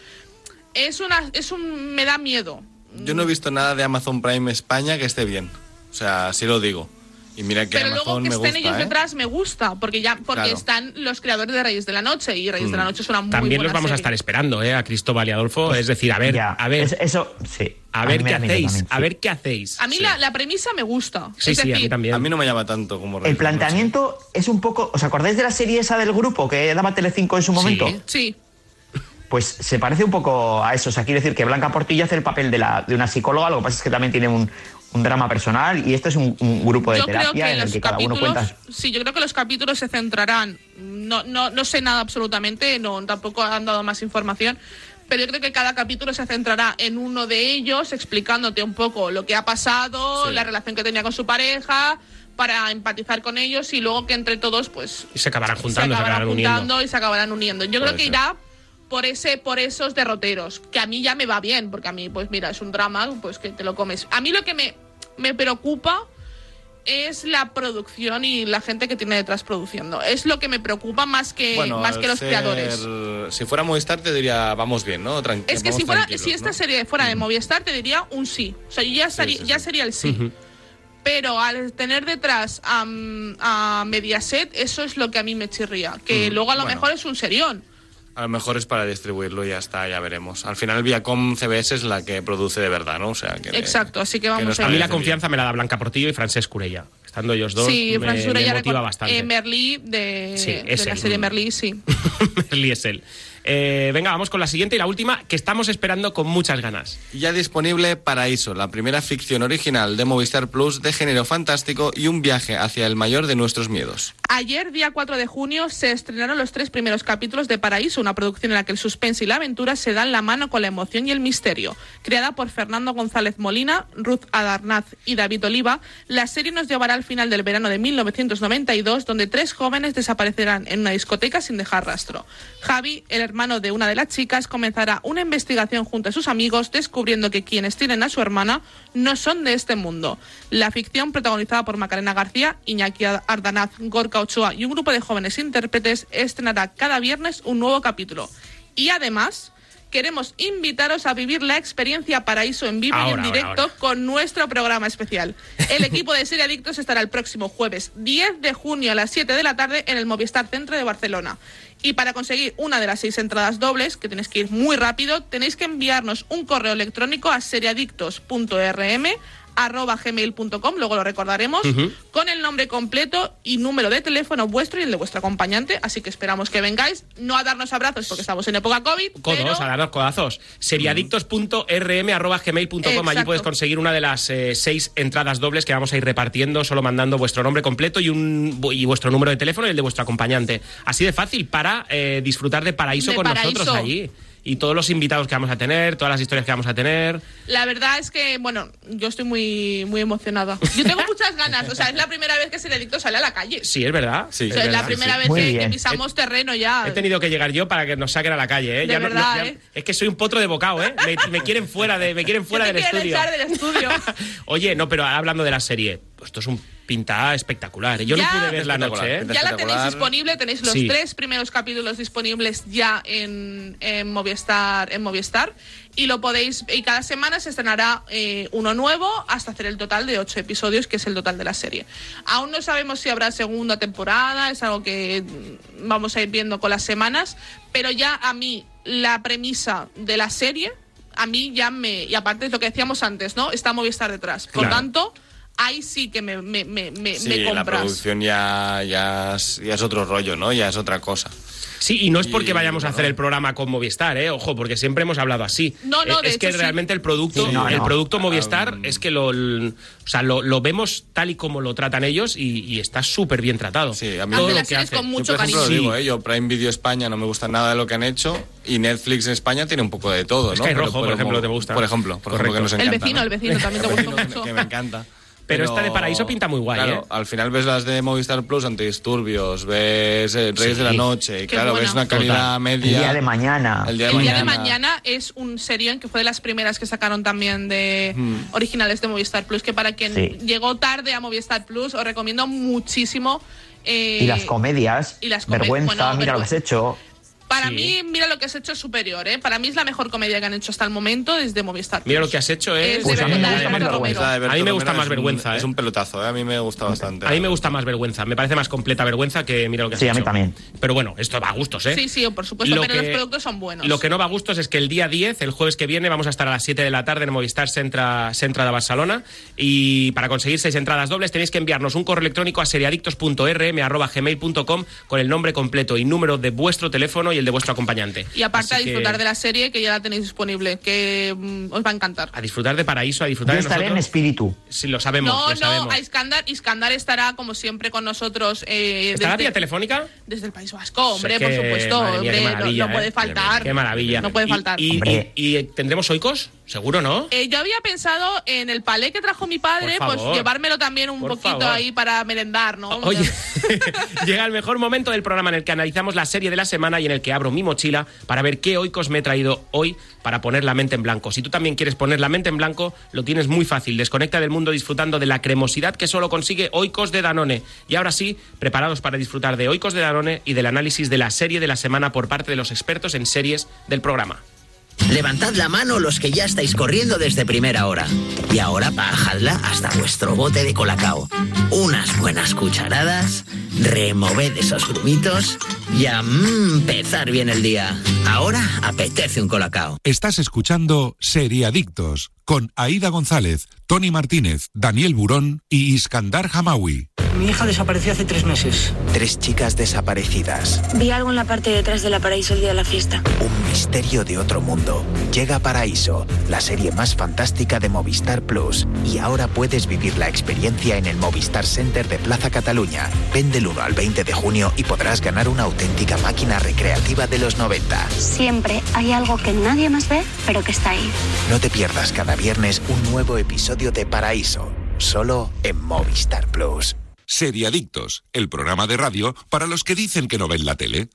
Speaker 3: es una, es un, me da miedo.
Speaker 4: Yo no he visto nada de Amazon Prime España que esté bien. O sea, sí lo digo. Y mira que
Speaker 3: pero luego
Speaker 4: Amazon
Speaker 3: que
Speaker 4: me
Speaker 3: estén
Speaker 4: gusta,
Speaker 3: ellos
Speaker 4: ¿eh?
Speaker 3: detrás me gusta porque ya porque
Speaker 4: Claro.
Speaker 3: están los creadores de Reyes de la Noche y Reyes de
Speaker 5: Mm.
Speaker 3: la Noche es una muy
Speaker 2: También
Speaker 3: buena
Speaker 2: los vamos a
Speaker 3: serie.
Speaker 2: estar esperando, ¿eh? A Cristóbal y Adolfo. Es decir, a ver,
Speaker 5: Pues Ya,
Speaker 2: a ver,
Speaker 5: es- eso, sí.
Speaker 2: a ver
Speaker 5: mí me
Speaker 2: qué
Speaker 5: da miedo
Speaker 2: hacéis,
Speaker 5: también,
Speaker 2: a
Speaker 5: sí.
Speaker 2: ver qué hacéis.
Speaker 3: a mí
Speaker 2: Sí.
Speaker 3: la, la premisa me gusta
Speaker 2: Sí,
Speaker 3: es
Speaker 2: sí,
Speaker 3: decir,
Speaker 2: a mí también.
Speaker 4: A mí no me llama tanto como ¿eh? Reyes
Speaker 5: El
Speaker 4: de la Noche.
Speaker 5: planteamiento es un poco. ¿Os acordáis de la serie esa del grupo que daba Telecinco en su momento?
Speaker 3: eh, sí
Speaker 5: Pues se parece un poco a eso. O sea, quiero decir que Blanca Portillo hace el papel de, la, de una psicóloga, lo que pasa es que también tiene un, un drama personal y esto es un, un grupo Pues de
Speaker 3: yo creo
Speaker 5: terapia
Speaker 3: que
Speaker 5: en el
Speaker 3: los
Speaker 5: que cada uno
Speaker 3: capítulos
Speaker 5: cuenta.
Speaker 3: sí yo creo que los capítulos se centrarán no no no sé nada absolutamente no tampoco han dado más información pero yo creo que cada capítulo se centrará en uno de ellos explicándote un poco lo que ha pasado
Speaker 2: Sí.
Speaker 3: la relación que tenía con su pareja para empatizar con ellos y luego que entre todos pues
Speaker 2: Y se acabarán juntando, se
Speaker 3: se
Speaker 2: acabarán,
Speaker 3: acabarán
Speaker 2: uniendo.
Speaker 3: juntando y se acabarán uniendo. Yo creo
Speaker 4: Puede
Speaker 3: que
Speaker 4: ser.
Speaker 3: irá por ese por esos derroteros, que a mí ya me va bien, porque a mí pues mira, es un drama, pues que te lo comes. A mí lo que me me preocupa es la producción y la gente que tiene detrás produciendo. Es lo que me preocupa más que
Speaker 4: Bueno,
Speaker 3: Eh, más que
Speaker 4: al
Speaker 3: los
Speaker 4: ser-
Speaker 3: creadores.
Speaker 4: Si fuera Movistar te diría, vamos bien, ¿no? Tranqui-
Speaker 3: Es que
Speaker 4: vamos
Speaker 3: si fuera
Speaker 4: tranquilos,
Speaker 3: si esta
Speaker 4: ¿no?
Speaker 3: serie fuera de Movistar te diría un sí. O sea, yo ya estaría-
Speaker 4: sí,
Speaker 3: ya
Speaker 4: sí.
Speaker 3: sería el sí. Pero al tener detrás a, a Mediaset, eso es lo que a mí me chirría. Que luego a lo
Speaker 4: bueno.
Speaker 3: mejor es un serión.
Speaker 4: A lo mejor es para distribuirlo y ya está, ya veremos. Al final Viacom CBS es la que produce de verdad, ¿no? O sea, que
Speaker 3: Exacto, así que vamos
Speaker 4: nos
Speaker 3: a
Speaker 2: A mí
Speaker 3: ver.
Speaker 2: la
Speaker 4: parece bien.
Speaker 2: confianza me la da Blanca Portillo y Francesc Curella. Estando ellos dos,
Speaker 3: Sí,
Speaker 2: me,
Speaker 3: Francis
Speaker 2: me
Speaker 3: Urella
Speaker 2: motiva
Speaker 3: recor-
Speaker 2: bastante.
Speaker 3: eh, Merlí de,
Speaker 2: Sí,
Speaker 3: de
Speaker 2: es
Speaker 3: la
Speaker 2: él.
Speaker 3: serie
Speaker 2: Mm.
Speaker 3: Merlí, sí.
Speaker 2: Merlí es él. Eh, venga, vamos con la siguiente y la última, que estamos esperando con muchas ganas.
Speaker 4: Ya disponible Paraíso, la primera ficción original de Movistar Plus de género fantástico y un viaje hacia el mayor de nuestros miedos.
Speaker 3: Ayer, día 4 de junio, se estrenaron los tres primeros capítulos de Paraíso, una producción en la que el suspense y la aventura se dan la mano con la emoción y el misterio. Creada por Fernando González Molina, Ruth Adarnaz y David Oliva, la serie nos llevará al final del verano de 1992, donde tres jóvenes desaparecerán en una discoteca sin dejar rastro. Javi, el hermano de una de las chicas, comenzará una investigación junto a sus amigos, descubriendo que quienes tienen a su hermana no son de este mundo. La ficción, protagonizada por Macarena García, Iñaki Ardanaz, Gorka Ochoa y un grupo de jóvenes intérpretes, estrenará cada viernes un nuevo capítulo. Y además, queremos invitaros a vivir la experiencia Paraíso en vivo y
Speaker 2: Ahora,
Speaker 3: en
Speaker 2: ahora,
Speaker 3: directo
Speaker 2: ahora.
Speaker 3: con nuestro programa especial. El equipo de Serie Adictos estará el próximo jueves 10 de junio a las 7 de la tarde en el Movistar Centro de Barcelona. Y para conseguir una de las seis entradas dobles, que tenéis que ir muy rápido, tenéis que enviarnos un correo electrónico a seriadictos.rm arroba gmail.com, luego lo recordaremos, con el nombre completo y número de teléfono vuestro y el de vuestro acompañante, así que esperamos que vengáis, no a darnos abrazos porque estamos en época COVID, pero-
Speaker 2: Codos, a darnos codazos. Seriadictos.rm.gmail.com. Allí
Speaker 3: Exacto.
Speaker 2: puedes conseguir una de las eh, seis entradas dobles que vamos a ir repartiendo, solo mandando vuestro nombre completo y, un, y vuestro número de teléfono y el de vuestro acompañante. Así de fácil para eh, disfrutar de paraíso
Speaker 3: De
Speaker 2: con
Speaker 3: paraíso.
Speaker 2: nosotros allí. Y todos los invitados que vamos a tener, todas las historias que vamos a tener.
Speaker 3: La verdad es que, bueno, yo estoy muy, muy emocionada. Yo tengo muchas ganas. O sea, es la primera vez que Seredicto sale a la calle.
Speaker 2: Sí, es verdad.
Speaker 4: Sí.
Speaker 2: es
Speaker 3: o sea, es
Speaker 2: verdad.
Speaker 3: la primera vez
Speaker 5: Muy
Speaker 3: que, que
Speaker 5: bien.
Speaker 3: pisamos terreno ya.
Speaker 2: He tenido que llegar yo para que nos saquen a la calle, ¿eh?
Speaker 3: De
Speaker 2: Ya no- no-
Speaker 3: verdad,
Speaker 2: ya-
Speaker 3: ¿eh?
Speaker 2: Es que soy un potro de bocado, ¿eh? Me, me quieren fuera, de, me quieren
Speaker 3: Yo
Speaker 2: fuera
Speaker 3: te
Speaker 2: del
Speaker 3: quiero
Speaker 2: estudio.
Speaker 3: echar del estudio.
Speaker 2: Oye, no, pero ahora hablando de la serie, esto es un pinta espectacular. Yo
Speaker 3: Ya.
Speaker 2: no pude ver la noche, ¿eh?
Speaker 4: Espectacular.
Speaker 3: Ya la tenéis
Speaker 4: espectacular.
Speaker 3: disponible, tenéis los
Speaker 2: Sí.
Speaker 3: tres primeros capítulos disponibles ya en, en Movistar, en Movistar y lo podéis y cada semana se estrenará eh, uno nuevo hasta hacer el total de ocho episodios, que es el total de la serie. Aún no sabemos si habrá segunda temporada, es algo que mm, vamos a ir viendo con las semanas, pero ya a mí la premisa de la serie a mí ya me y aparte es lo que decíamos antes, ¿no? Está Movistar detrás, por
Speaker 2: Claro.
Speaker 3: tanto ahí sí que me, me, me, Eh, me,
Speaker 4: Sí,
Speaker 3: me
Speaker 4: la
Speaker 3: compras.
Speaker 4: producción ya, ya, es, ya es otro rollo, ¿no? Ya es otra cosa.
Speaker 2: Sí, y no es porque
Speaker 4: Y,
Speaker 2: vayamos a hacer
Speaker 4: bueno.
Speaker 2: el programa con Movistar, ¿eh? Ojo, porque siempre hemos hablado así.
Speaker 3: No, no,
Speaker 2: Eh,
Speaker 3: de
Speaker 2: Es que
Speaker 3: hecho, sí.
Speaker 2: realmente el producto,
Speaker 5: Sí, no,
Speaker 2: el
Speaker 5: no.
Speaker 2: producto Movistar es que lo, l- o sea, lo, lo vemos tal y como lo tratan ellos y, y está súper bien tratado.
Speaker 4: Sí, a mí-
Speaker 3: Hace
Speaker 4: Todo
Speaker 3: las
Speaker 4: lo
Speaker 3: series
Speaker 2: hace.
Speaker 3: con
Speaker 2: Yo,
Speaker 3: mucho
Speaker 4: yo, por ejemplo,
Speaker 3: cariño.
Speaker 4: lo digo, ¿eh? Yo Prime Video España no me gusta nada de lo que han hecho y Netflix en España tiene un poco de todo, ¿no?
Speaker 2: Sky
Speaker 4: Pero
Speaker 2: Rojo, por
Speaker 4: el
Speaker 2: ejemplo,
Speaker 4: mo-
Speaker 2: te gusta.
Speaker 4: Por ejemplo, por
Speaker 2: Correcto.
Speaker 4: ejemplo, que nos
Speaker 2: El
Speaker 4: encanta,
Speaker 3: el vecino,
Speaker 4: ¿no?
Speaker 3: el vecino también te
Speaker 4: El
Speaker 3: gustó
Speaker 4: vecino,
Speaker 3: mucho.
Speaker 4: que me encanta.
Speaker 2: Pero esta de Paraíso pinta muy guay,
Speaker 4: claro,
Speaker 2: ¿eh?
Speaker 4: Al final ves las de Movistar Plus, Antidisturbios, ves eh, Reyes
Speaker 2: Sí.
Speaker 4: de la Noche, y
Speaker 3: Qué
Speaker 4: claro,
Speaker 3: buena.
Speaker 4: ves una calidad
Speaker 2: Total.
Speaker 5: El
Speaker 4: media.
Speaker 5: día de mañana.
Speaker 4: El día de
Speaker 3: El día
Speaker 4: mañana.
Speaker 3: de mañana es un serión que fue de las primeras que sacaron también de originales de Movistar Plus, que para quien
Speaker 5: Mm. Sí.
Speaker 3: llegó tarde a Movistar Plus os recomiendo muchísimo. eh,
Speaker 5: y las comedias.
Speaker 3: y las come-
Speaker 5: vergüenza,
Speaker 3: bueno,
Speaker 5: mira lo que
Speaker 3: vergüenza.
Speaker 5: has hecho.
Speaker 3: Para
Speaker 2: Sí.
Speaker 3: mí, mira lo que has hecho es superior, ¿eh? Para mí es la mejor comedia que han hecho hasta el momento desde Movistar Plus.
Speaker 2: Mira lo que has hecho, ¿eh?
Speaker 3: Es
Speaker 5: Pues
Speaker 3: de
Speaker 5: a mí me
Speaker 3: verdad, de
Speaker 5: gusta más
Speaker 3: Berto
Speaker 5: vergüenza.
Speaker 3: Romero.
Speaker 4: de Berto
Speaker 2: A mí me
Speaker 4: Romero
Speaker 2: gusta más
Speaker 4: es un-
Speaker 2: vergüenza, ¿eh?
Speaker 4: Es un pelotazo, ¿eh? a mí me gusta bastante.
Speaker 2: A mí me gusta más vergüenza, me parece más completa vergüenza que mira lo que has
Speaker 5: Sí, a mí
Speaker 2: hecho.
Speaker 5: también.
Speaker 2: Pero bueno, esto va a gustos, ¿eh?
Speaker 3: Sí, sí, por supuesto,
Speaker 2: Lo
Speaker 3: pero
Speaker 2: que-
Speaker 3: los productos son buenos.
Speaker 2: Lo que no va a gustos es que el día 10, el jueves que viene, vamos a estar a las 7 de la tarde en Movistar Centra, Centra de Barcelona. Y para conseguir seis entradas dobles tenéis que enviarnos un correo electrónico a seriadictos.rm.gmail.com con el nombre completo y número de vuestro teléfono y el de vuestro acompañante.
Speaker 3: Y aparte a
Speaker 2: Así que,
Speaker 3: disfrutar de la serie que ya la tenéis disponible, que mm, os va a encantar.
Speaker 2: A disfrutar de Paraíso, a disfrutar de
Speaker 5: Yo estaré en
Speaker 2: nosotros.
Speaker 5: espíritu.
Speaker 2: Sí, lo sabemos,
Speaker 3: No,
Speaker 2: lo
Speaker 3: no,
Speaker 2: sabemos.
Speaker 3: a Iskandar, Iskandar estará como siempre con nosotros. Eh,
Speaker 2: ¿Está la
Speaker 3: desde-
Speaker 2: vía telefónica?
Speaker 3: Desde el País Vasco, hombre,
Speaker 2: Sé
Speaker 3: por
Speaker 2: que-
Speaker 3: supuesto.
Speaker 2: madre mía,
Speaker 3: hombre,
Speaker 2: qué
Speaker 3: no-
Speaker 2: maravilla,
Speaker 3: no, puede
Speaker 2: ¿eh?
Speaker 3: faltar.
Speaker 2: Qué maravilla.
Speaker 3: No puede
Speaker 2: Y-
Speaker 3: faltar.
Speaker 2: Y,
Speaker 5: Hombre.
Speaker 2: y- y tendremos oicos, seguro, ¿no?
Speaker 3: Eh, yo había pensado en el palé que trajo mi padre,
Speaker 2: Por
Speaker 3: pues
Speaker 2: favor.
Speaker 3: llevármelo también un
Speaker 2: Por
Speaker 3: poquito
Speaker 2: favor.
Speaker 3: ahí para merendar, ¿no?
Speaker 2: O- Oye, llega el mejor momento del programa en el que analizamos la serie de la semana y en el que abro mi mochila para ver qué oicos me he traído hoy para poner la mente en blanco. Si tú también quieres poner la mente en blanco, lo tienes muy fácil. Desconecta del mundo disfrutando de la cremosidad que solo consigue oicos de Danone. Y ahora sí, preparados para disfrutar de oicos de Danone y del análisis de la serie de la semana por parte de los expertos en series del programa.
Speaker 9: Levantad la mano los que ya estáis corriendo desde primera hora. Y ahora bajadla hasta vuestro bote de colacao. Unas buenas cucharadas, removed esos grumitos y a mm, empezar bien el día. Ahora apetece un colacao.
Speaker 1: Estás escuchando Seriadictos con Aida González, Tony Martínez, Daniel Burón y Iskandar Hamawi.
Speaker 6: Mi hija desapareció hace tres meses.
Speaker 7: Tres chicas desaparecidas.
Speaker 8: Vi algo en la parte de atrás de la paraíso el día de la fiesta.
Speaker 7: Un misterio de otro mundo. Llega a Paraíso, la serie más fantástica de Movistar Plus. Y ahora puedes vivir la experiencia en el Movistar Center de Plaza Cataluña. Ven del 1 al 20 de junio y podrás ganar una auténtica máquina recreativa de los 90.
Speaker 8: Siempre hay algo que nadie más ve, pero que está ahí.
Speaker 7: No te pierdas cada viernes un nuevo episodio de Paraíso, solo en Movistar Plus.
Speaker 1: Seriadictos, el programa de radio para los que dicen que no ven la tele.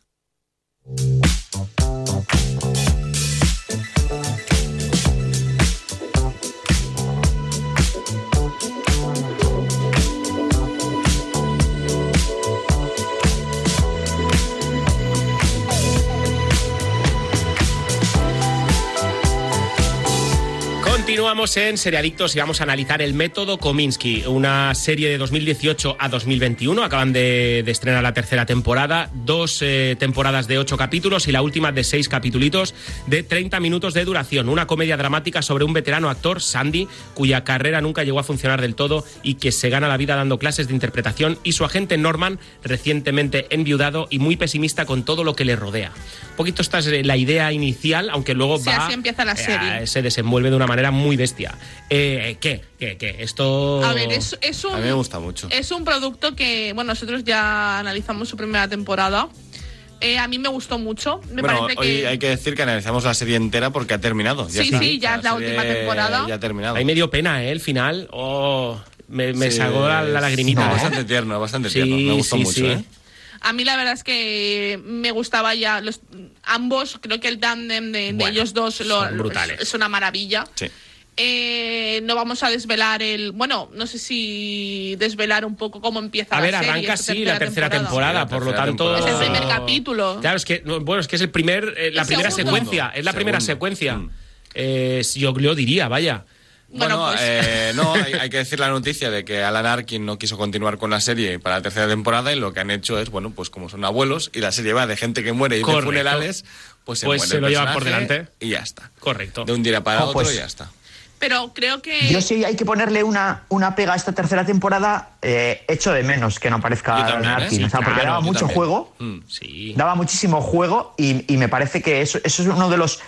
Speaker 2: Continuamos en Seriadictos y vamos a analizar el método Kominsky, una serie de 2018 a 2021. Acaban de, de estrenar la tercera temporada, dos eh, temporadas de ocho capítulos y la última de seis capítulos de 30 minutos de duración. Una comedia dramática sobre un veterano actor, Sandy, cuya carrera nunca llegó a funcionar del todo y que se gana la vida dando clases de interpretación y su agente Norman, recientemente enviudado y muy pesimista con todo lo que le rodea. Un poquito esta es eh, la idea inicial, aunque luego
Speaker 3: Sí,
Speaker 2: va...
Speaker 3: así empieza la
Speaker 2: eh,
Speaker 3: serie.
Speaker 2: se desenvuelve de una manera muy bestia. Eh, ¿Qué? ¿Qué? ¿Qué? Esto.
Speaker 3: A ver, es, es un.
Speaker 4: A mí me gusta mucho.
Speaker 3: Es un producto que, bueno, nosotros ya analizamos su primera temporada. Eh, a mí me gustó mucho. Me
Speaker 4: bueno,
Speaker 3: parece
Speaker 4: hoy
Speaker 3: que.
Speaker 4: hay que decir que analizamos la serie entera porque ha terminado.
Speaker 3: Sí,
Speaker 4: está.
Speaker 3: sí, ya es
Speaker 4: La
Speaker 3: la última
Speaker 4: serie
Speaker 3: temporada.
Speaker 4: Ya ha terminado.
Speaker 2: Ahí me dio pena, ¿eh? El final. Oh, me me
Speaker 4: Sí,
Speaker 2: sacó la, la lagrimita.
Speaker 4: no,
Speaker 2: ¿eh?
Speaker 4: Bastante tierno, bastante
Speaker 2: Sí,
Speaker 4: tierno. Me gustó
Speaker 2: sí,
Speaker 4: mucho,
Speaker 2: sí.
Speaker 4: ¿eh?
Speaker 3: A mí la verdad es que me gustaba ya los ambos, creo que el tándem de, de
Speaker 2: Bueno,
Speaker 3: ellos dos lo-
Speaker 2: son brutales.
Speaker 3: es una maravilla.
Speaker 4: Sí.
Speaker 3: Eh, no vamos a desvelar el. Bueno, no sé si desvelar un poco cómo empieza
Speaker 2: A ver,
Speaker 3: la serie,
Speaker 2: arranca
Speaker 3: esta
Speaker 2: sí la tercera temporada,
Speaker 4: Sí, la
Speaker 2: por lo
Speaker 4: tercera
Speaker 2: tanto.
Speaker 4: temporada.
Speaker 3: Es el primer capítulo.
Speaker 2: Claro, es que no, bueno, es que es el primer, eh, la
Speaker 3: El
Speaker 2: primera
Speaker 3: segundo.
Speaker 2: secuencia, es la primera
Speaker 4: Segundo.
Speaker 2: secuencia.
Speaker 4: Mm.
Speaker 2: Eh, si yo lo diría, vaya.
Speaker 3: Bueno,
Speaker 4: Bueno,
Speaker 3: pues.
Speaker 4: eh, no, hay, hay que decir la noticia de que Alan Arkin no quiso continuar con la serie para la tercera temporada y lo que han hecho es, bueno, pues como son abuelos y la serie va de gente que muere y
Speaker 2: Correcto.
Speaker 4: de funerales, pues se,
Speaker 2: Pues
Speaker 4: muere
Speaker 2: se
Speaker 4: el
Speaker 2: lo llevan por
Speaker 4: personaje
Speaker 2: delante.
Speaker 4: Y ya está.
Speaker 2: Correcto.
Speaker 4: De un día para
Speaker 5: Oh,
Speaker 4: otro
Speaker 5: pues-
Speaker 4: y ya está.
Speaker 3: pero creo que.
Speaker 5: Yo sí hay que ponerle una, una pega a esta tercera temporada, eh, echo de menos que no aparezca
Speaker 4: Yo también,
Speaker 5: Alan
Speaker 4: ¿eh?
Speaker 5: Arkin,
Speaker 4: Sí,
Speaker 5: o sea, porque
Speaker 2: claro,
Speaker 5: daba
Speaker 2: yo
Speaker 5: mucho
Speaker 4: también.
Speaker 5: juego,
Speaker 4: Mm.
Speaker 2: Sí.
Speaker 5: daba muchísimo juego y, y me parece que eso, eso es uno de los,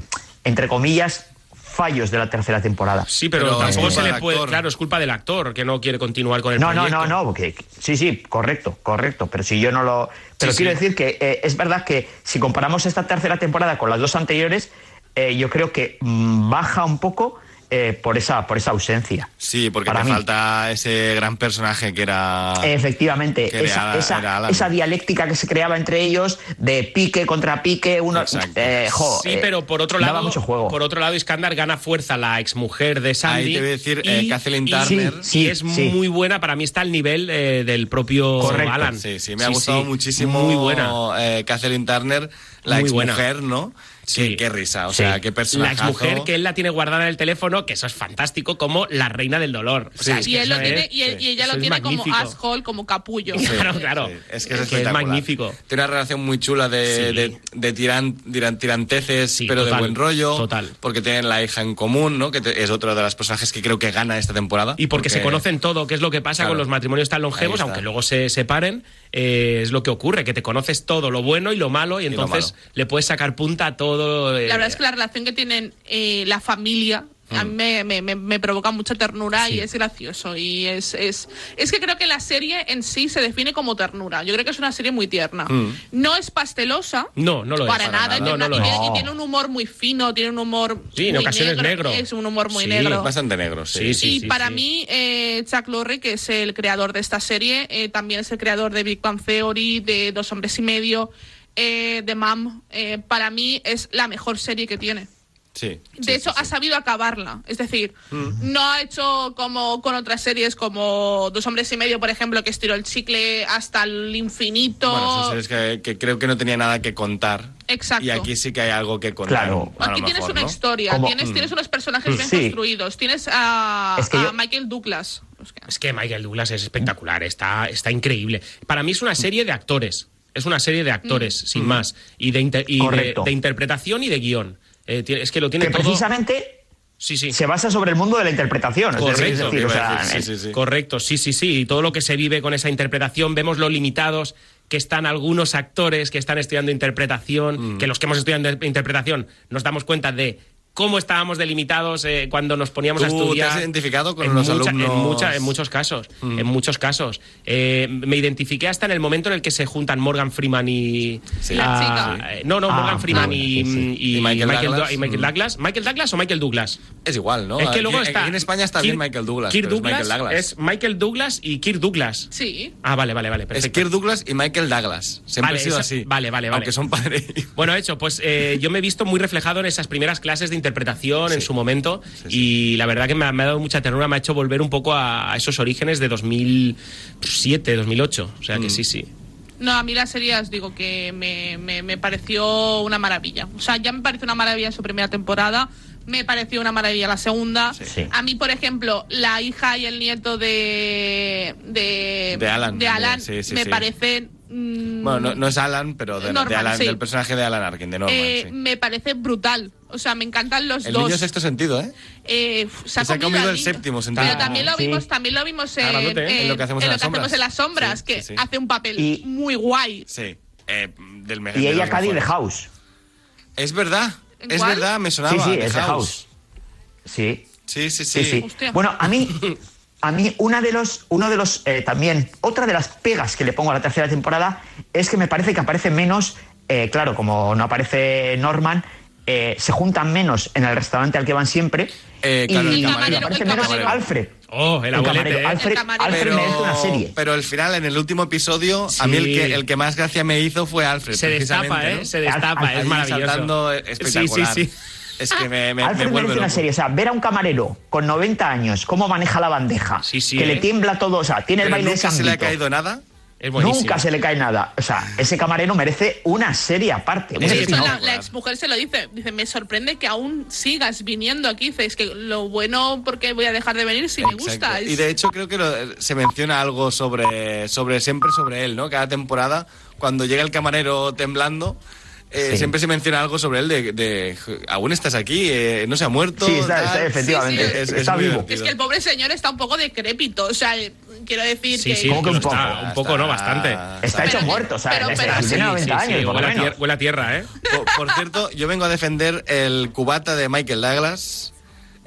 Speaker 5: entre comillas, fallos de la tercera temporada.
Speaker 2: Sí, pero,
Speaker 4: Pero es
Speaker 2: tampoco
Speaker 4: culpa
Speaker 2: se le
Speaker 4: del
Speaker 2: puede.
Speaker 4: actor.
Speaker 2: Claro, es culpa del actor que no quiere continuar con el
Speaker 5: No, no,
Speaker 2: proyecto.
Speaker 5: no, no, porque sí, sí, correcto, correcto, pero si yo no lo... Pero
Speaker 2: Sí,
Speaker 5: quiero
Speaker 2: sí.
Speaker 5: decir que eh, es verdad que si comparamos esta tercera temporada con las dos anteriores, eh, yo creo que mm, baja un poco eh, por, esa, por esa ausencia.
Speaker 4: Sí, porque
Speaker 5: Para
Speaker 4: te
Speaker 5: mí.
Speaker 4: falta ese gran personaje que era...
Speaker 5: Efectivamente,
Speaker 4: Que
Speaker 5: esa,
Speaker 4: era-
Speaker 5: esa-
Speaker 4: era Alan.
Speaker 5: esa dialéctica que se creaba entre ellos de pique contra pique, uno...
Speaker 4: Exacto.
Speaker 5: eh, jo,
Speaker 2: Sí,
Speaker 5: eh,
Speaker 2: pero por otro
Speaker 5: daba
Speaker 2: lado,
Speaker 5: mucho juego.
Speaker 2: por otro lado, Iskandar gana fuerza la exmujer de Sandy.
Speaker 4: Ahí te voy a decir, eh, Kathleen Turner.
Speaker 2: y
Speaker 5: Sí,
Speaker 2: es
Speaker 5: sí.
Speaker 2: muy buena. Para mí está al nivel eh, del propio
Speaker 5: Correcto.
Speaker 2: Alan.
Speaker 4: Sí, sí, me ha gustado
Speaker 2: sí.
Speaker 4: muchísimo
Speaker 2: Muy buena.
Speaker 4: eh, Kathleen Turner, la
Speaker 2: Muy
Speaker 4: ex
Speaker 2: buena.
Speaker 4: mujer, ¿no?
Speaker 2: Sí.
Speaker 4: Qué, qué risa, o
Speaker 5: Sí.
Speaker 4: sea, qué
Speaker 2: La
Speaker 4: personaje.
Speaker 2: exmujer que él la tiene guardada en el teléfono, que eso es fantástico, como la reina del dolor. O sea,
Speaker 4: Sí.
Speaker 2: es que
Speaker 3: y él lo
Speaker 2: eso
Speaker 3: tiene,
Speaker 2: es-
Speaker 3: y, él- y ella
Speaker 2: eso
Speaker 3: lo
Speaker 2: es
Speaker 3: tiene como
Speaker 2: magnífico.
Speaker 3: asshole, como capullo.
Speaker 2: Claro, claro.
Speaker 4: Es que es,
Speaker 2: Es que es
Speaker 4: espectacular.
Speaker 2: magnífico.
Speaker 4: Tiene una relación muy chula de,
Speaker 2: Sí.
Speaker 4: de- de tiran- tiran- tiranteces,
Speaker 2: Sí,
Speaker 4: pero
Speaker 2: total,
Speaker 4: de buen rollo.
Speaker 2: total.
Speaker 4: Porque tienen la hija en común, ¿no? Que te- es otro de los personajes que creo que gana esta temporada.
Speaker 2: Y porque se conocen todo, que es lo que pasa
Speaker 4: Claro.
Speaker 2: con los matrimonios tan longevos,
Speaker 4: Ahí está.
Speaker 2: aunque luego se separen, eh, es lo que ocurre, que te conoces todo, lo bueno y lo malo, y
Speaker 4: lo
Speaker 2: entonces
Speaker 4: malo.
Speaker 2: le puedes sacar punta a todo. eh,
Speaker 3: La verdad es que la relación que tienen eh, la familia a mí me, me- me- me provoca mucha ternura
Speaker 2: mm. Sí.
Speaker 3: y es gracioso. Y es, es, es que creo que la serie en sí se define como ternura. Yo creo que es una serie muy tierna.
Speaker 2: Mm.
Speaker 3: No es pastelosa.
Speaker 2: No, no lo es.
Speaker 3: para nada.
Speaker 4: nada.
Speaker 3: y tiene
Speaker 2: No, no
Speaker 3: una-
Speaker 2: lo
Speaker 3: y
Speaker 2: es.
Speaker 3: tiene- y tiene un humor muy fino, tiene un humor.
Speaker 2: Sí, en
Speaker 3: muy
Speaker 2: ocasiones negro.
Speaker 3: Es un humor muy
Speaker 2: Sí,
Speaker 3: negro.
Speaker 4: Bastante negros,
Speaker 2: Sí,
Speaker 4: sí.
Speaker 2: sí.
Speaker 3: y para mí, eh, Chuck Lorre, que es el creador de esta serie, eh, también es el creador de Big Bang Theory, de Dos Hombres y Medio, eh, de Mam, eh, para mí es la mejor serie que tiene.
Speaker 4: Sí,
Speaker 3: De
Speaker 4: sí,
Speaker 3: hecho,
Speaker 4: sí, sí.
Speaker 3: ha sabido acabarla. Es decir,
Speaker 2: Mm.
Speaker 3: no ha hecho como con otras series como Dos Hombres y Medio, por ejemplo, que estiró el chicle hasta el infinito.
Speaker 4: Bueno, son series que, que creo que no tenía nada que contar.
Speaker 3: Exacto.
Speaker 4: Y aquí sí que hay algo que contar.
Speaker 5: Claro.
Speaker 4: a lo
Speaker 3: Aquí tienes
Speaker 4: mejor,
Speaker 3: una
Speaker 4: ¿no?
Speaker 3: historia,
Speaker 5: Como- mm.
Speaker 3: tienes, tienes unos personajes bien
Speaker 5: Sí.
Speaker 3: construidos, tienes a,
Speaker 5: Es que
Speaker 3: a
Speaker 5: yo-
Speaker 3: Michael Douglas. Es que-
Speaker 2: Es que Michael Douglas es espectacular, está, está increíble. Para mí es una serie de actores, es una serie de actores,
Speaker 3: Mm.
Speaker 2: sin más, y de, inter- y de-
Speaker 5: Correcto.
Speaker 2: de interpretación y de guión. Eh, tie- es que lo tiene
Speaker 5: que
Speaker 2: todo.
Speaker 5: precisamente
Speaker 2: Sí, sí.
Speaker 5: se basa sobre el mundo de la interpretación. es decir- es
Speaker 2: Correcto,
Speaker 5: decir,
Speaker 4: iba
Speaker 5: o
Speaker 4: a
Speaker 5: sea,
Speaker 4: decir, sí, sí, sí.
Speaker 2: Correcto, sí, sí, sí. Y todo lo que se vive con esa interpretación, vemos lo limitados que están algunos actores que están estudiando interpretación,
Speaker 4: Mm.
Speaker 2: que los que hemos estudiado inter- interpretación nos damos cuenta de cómo estábamos delimitados eh, cuando nos poníamos a
Speaker 4: ¿Tú te
Speaker 2: estudiar.
Speaker 4: has identificado con
Speaker 2: En
Speaker 4: los
Speaker 2: en
Speaker 4: alumnos? Mm.
Speaker 2: mucha- en muchos casos, en muchos casos. Eh, me identifiqué hasta en el momento en el que se juntan Morgan Freeman y...
Speaker 4: Sí.
Speaker 3: La
Speaker 2: Ah,
Speaker 3: chica.
Speaker 2: eh, no, no,
Speaker 5: Ah,
Speaker 2: Morgan Freeman
Speaker 5: bueno,
Speaker 2: y,
Speaker 5: sí, sí.
Speaker 2: y
Speaker 4: Y Michael Douglas.
Speaker 2: Du- y Michael
Speaker 4: Mm.
Speaker 2: Douglas. ¿Michael Douglas o Michael Douglas?
Speaker 4: Es igual, ¿no?
Speaker 2: Es que
Speaker 4: Aquí-
Speaker 2: luego
Speaker 4: aquí
Speaker 2: está.
Speaker 4: en España está
Speaker 2: Kirk-
Speaker 4: bien Michael Douglas.
Speaker 2: Kirk
Speaker 4: pero es
Speaker 2: Douglas
Speaker 4: Michael Douglas.
Speaker 2: es Michael Douglas y Kirk Douglas.
Speaker 3: Sí.
Speaker 2: Ah, vale, vale, vale.
Speaker 4: Es
Speaker 2: Perfecto.
Speaker 4: Kirk Douglas y Michael Douglas. Siempre
Speaker 2: Vale,
Speaker 4: ha sido
Speaker 2: esa-
Speaker 4: así.
Speaker 2: vale, vale, vale.
Speaker 4: Aunque son padres.
Speaker 2: Bueno, hecho, pues eh, yo me he visto muy reflejado en esas primeras clases de interpretación en su momento y la verdad que me ha, me ha dado mucha ternura, me ha hecho volver un poco a, a esos orígenes de 2007, 2008. O
Speaker 4: Mm.
Speaker 2: sea que sí, sí.
Speaker 3: No, a mí las series digo que me, me- me pareció una maravilla. O sea, ya me pareció una maravilla en su primera temporada, me pareció una maravilla la segunda.
Speaker 5: Sí.
Speaker 3: A mí, por ejemplo, la hija y el nieto de. de,
Speaker 4: De Alan. Sí, sí,
Speaker 3: me
Speaker 4: sí.
Speaker 3: parecen. mm,
Speaker 4: Bueno, no, no es Alan, pero de, de
Speaker 3: Norman,
Speaker 4: Alan-
Speaker 3: sí.
Speaker 4: del personaje de Alan Arkin, de Norman.
Speaker 3: eh,
Speaker 4: sí.
Speaker 3: Me parece brutal. O sea, me encantan los
Speaker 4: El
Speaker 3: dos.
Speaker 4: niño es sexto sentido, ¿eh?
Speaker 3: Eh, f- se, ha
Speaker 4: Se ha
Speaker 3: comido,
Speaker 4: comido
Speaker 3: al niño.
Speaker 4: el séptimo sentido.
Speaker 3: Pero también lo
Speaker 5: Ah, Sí.
Speaker 3: vimos, también lo vimos en,
Speaker 2: Grandote, ¿eh?
Speaker 4: En lo que hacemos en las
Speaker 3: hacemos
Speaker 4: sombras.
Speaker 3: en las sombras,
Speaker 4: Sí,
Speaker 3: que
Speaker 4: sí, sí.
Speaker 3: hace un papel
Speaker 5: Y-
Speaker 3: muy guay.
Speaker 4: Sí. Eh, del me-
Speaker 5: y
Speaker 4: de
Speaker 5: ella
Speaker 4: los
Speaker 5: Cady de
Speaker 4: mejores.
Speaker 5: House.
Speaker 4: Es verdad.
Speaker 3: ¿En
Speaker 4: Es
Speaker 3: cuál?
Speaker 4: verdad, me sonaba.
Speaker 5: sí, sí,
Speaker 4: de
Speaker 5: es de House. Sí.
Speaker 4: Sí, sí, sí.
Speaker 5: Sí, sí.
Speaker 3: Hostia.
Speaker 5: Bueno, a mí, a mí una de los, uno de los eh, también, otra de las pegas que le pongo a la tercera temporada es que me parece que aparece menos, eh, claro, como no aparece Norman, eh, se juntan menos en el restaurante al que van siempre.
Speaker 4: Eh, claro,
Speaker 3: el
Speaker 5: y
Speaker 3: camarero, el
Speaker 5: aparece menos
Speaker 3: camarero.
Speaker 5: Alfred.
Speaker 2: Oh, el
Speaker 5: El
Speaker 2: abuelete.
Speaker 5: camarero,
Speaker 2: ¿eh?
Speaker 5: Alfred,
Speaker 3: El camarero.
Speaker 5: Alfred
Speaker 4: Pero,
Speaker 5: merece una serie.
Speaker 4: pero al final, en el último episodio, a mí el
Speaker 2: Sí.
Speaker 4: que, el que más gracia me hizo fue Alfred.
Speaker 2: Se destapa,
Speaker 4: precisamente,
Speaker 2: ¿eh?
Speaker 4: ¿no?
Speaker 2: Se destapa,
Speaker 5: Ahí
Speaker 2: es
Speaker 4: Ahí
Speaker 2: maravilloso.
Speaker 4: saltando, eh, espectacular.
Speaker 2: Sí, sí, sí.
Speaker 4: Es que me, me, me
Speaker 5: Alfred
Speaker 4: vuelve
Speaker 5: merece una
Speaker 4: loco.
Speaker 5: serie. O sea, ver a un camarero con 90 años cómo maneja la bandeja,
Speaker 2: Sí, sí,
Speaker 5: que
Speaker 2: ¿eh?
Speaker 5: le tiembla todo, o sea, tiene el
Speaker 4: Pero
Speaker 5: baile de
Speaker 4: nunca
Speaker 5: San
Speaker 4: se le ha
Speaker 5: Vito.
Speaker 4: caído nada.
Speaker 2: Es buenísimo.
Speaker 5: Nunca se le cae nada. O sea, ese camarero merece una serie aparte. un
Speaker 4: Es
Speaker 3: De
Speaker 4: que
Speaker 3: hecho,
Speaker 5: spin-off.
Speaker 4: no,
Speaker 3: la,
Speaker 4: claro.
Speaker 3: ex mujer se lo dice. Dice, me sorprende que aún sigas viniendo aquí. Dice, es que lo bueno, porque voy a dejar de venir si me
Speaker 4: Exacto.
Speaker 3: gusta. Es-
Speaker 4: Y de hecho creo que lo- se menciona algo sobre, sobre siempre sobre él, ¿no? Cada temporada, cuando llega el camarero temblando, eh,
Speaker 5: Sí.
Speaker 4: siempre se menciona algo sobre él de, de, aún estás aquí, Eh, no se ha muerto.
Speaker 5: Sí, está, está-
Speaker 4: tal".
Speaker 5: efectivamente.
Speaker 3: Sí, sí.
Speaker 4: Es- es
Speaker 5: está
Speaker 4: muy
Speaker 5: vivo.
Speaker 4: divertido.
Speaker 3: es que el pobre señor está un poco decrépito. O sea, eh, quiero decir
Speaker 2: Sí,
Speaker 3: que...
Speaker 2: sí,
Speaker 5: ¿Cómo que
Speaker 2: lo
Speaker 5: un poco?
Speaker 2: está, un poco, no, bastante.
Speaker 5: Está
Speaker 3: Pero
Speaker 5: hecho
Speaker 3: que-
Speaker 5: muerto. O sea,
Speaker 3: pero-
Speaker 5: es-
Speaker 3: pero-
Speaker 5: tiene
Speaker 3: sí,
Speaker 5: 90 años, por lo
Speaker 2: huele, a
Speaker 5: menos.
Speaker 2: tier- huele a tierra, ¿eh?
Speaker 4: Por, por cierto, yo vengo a defender el cubata de Michael Douglas.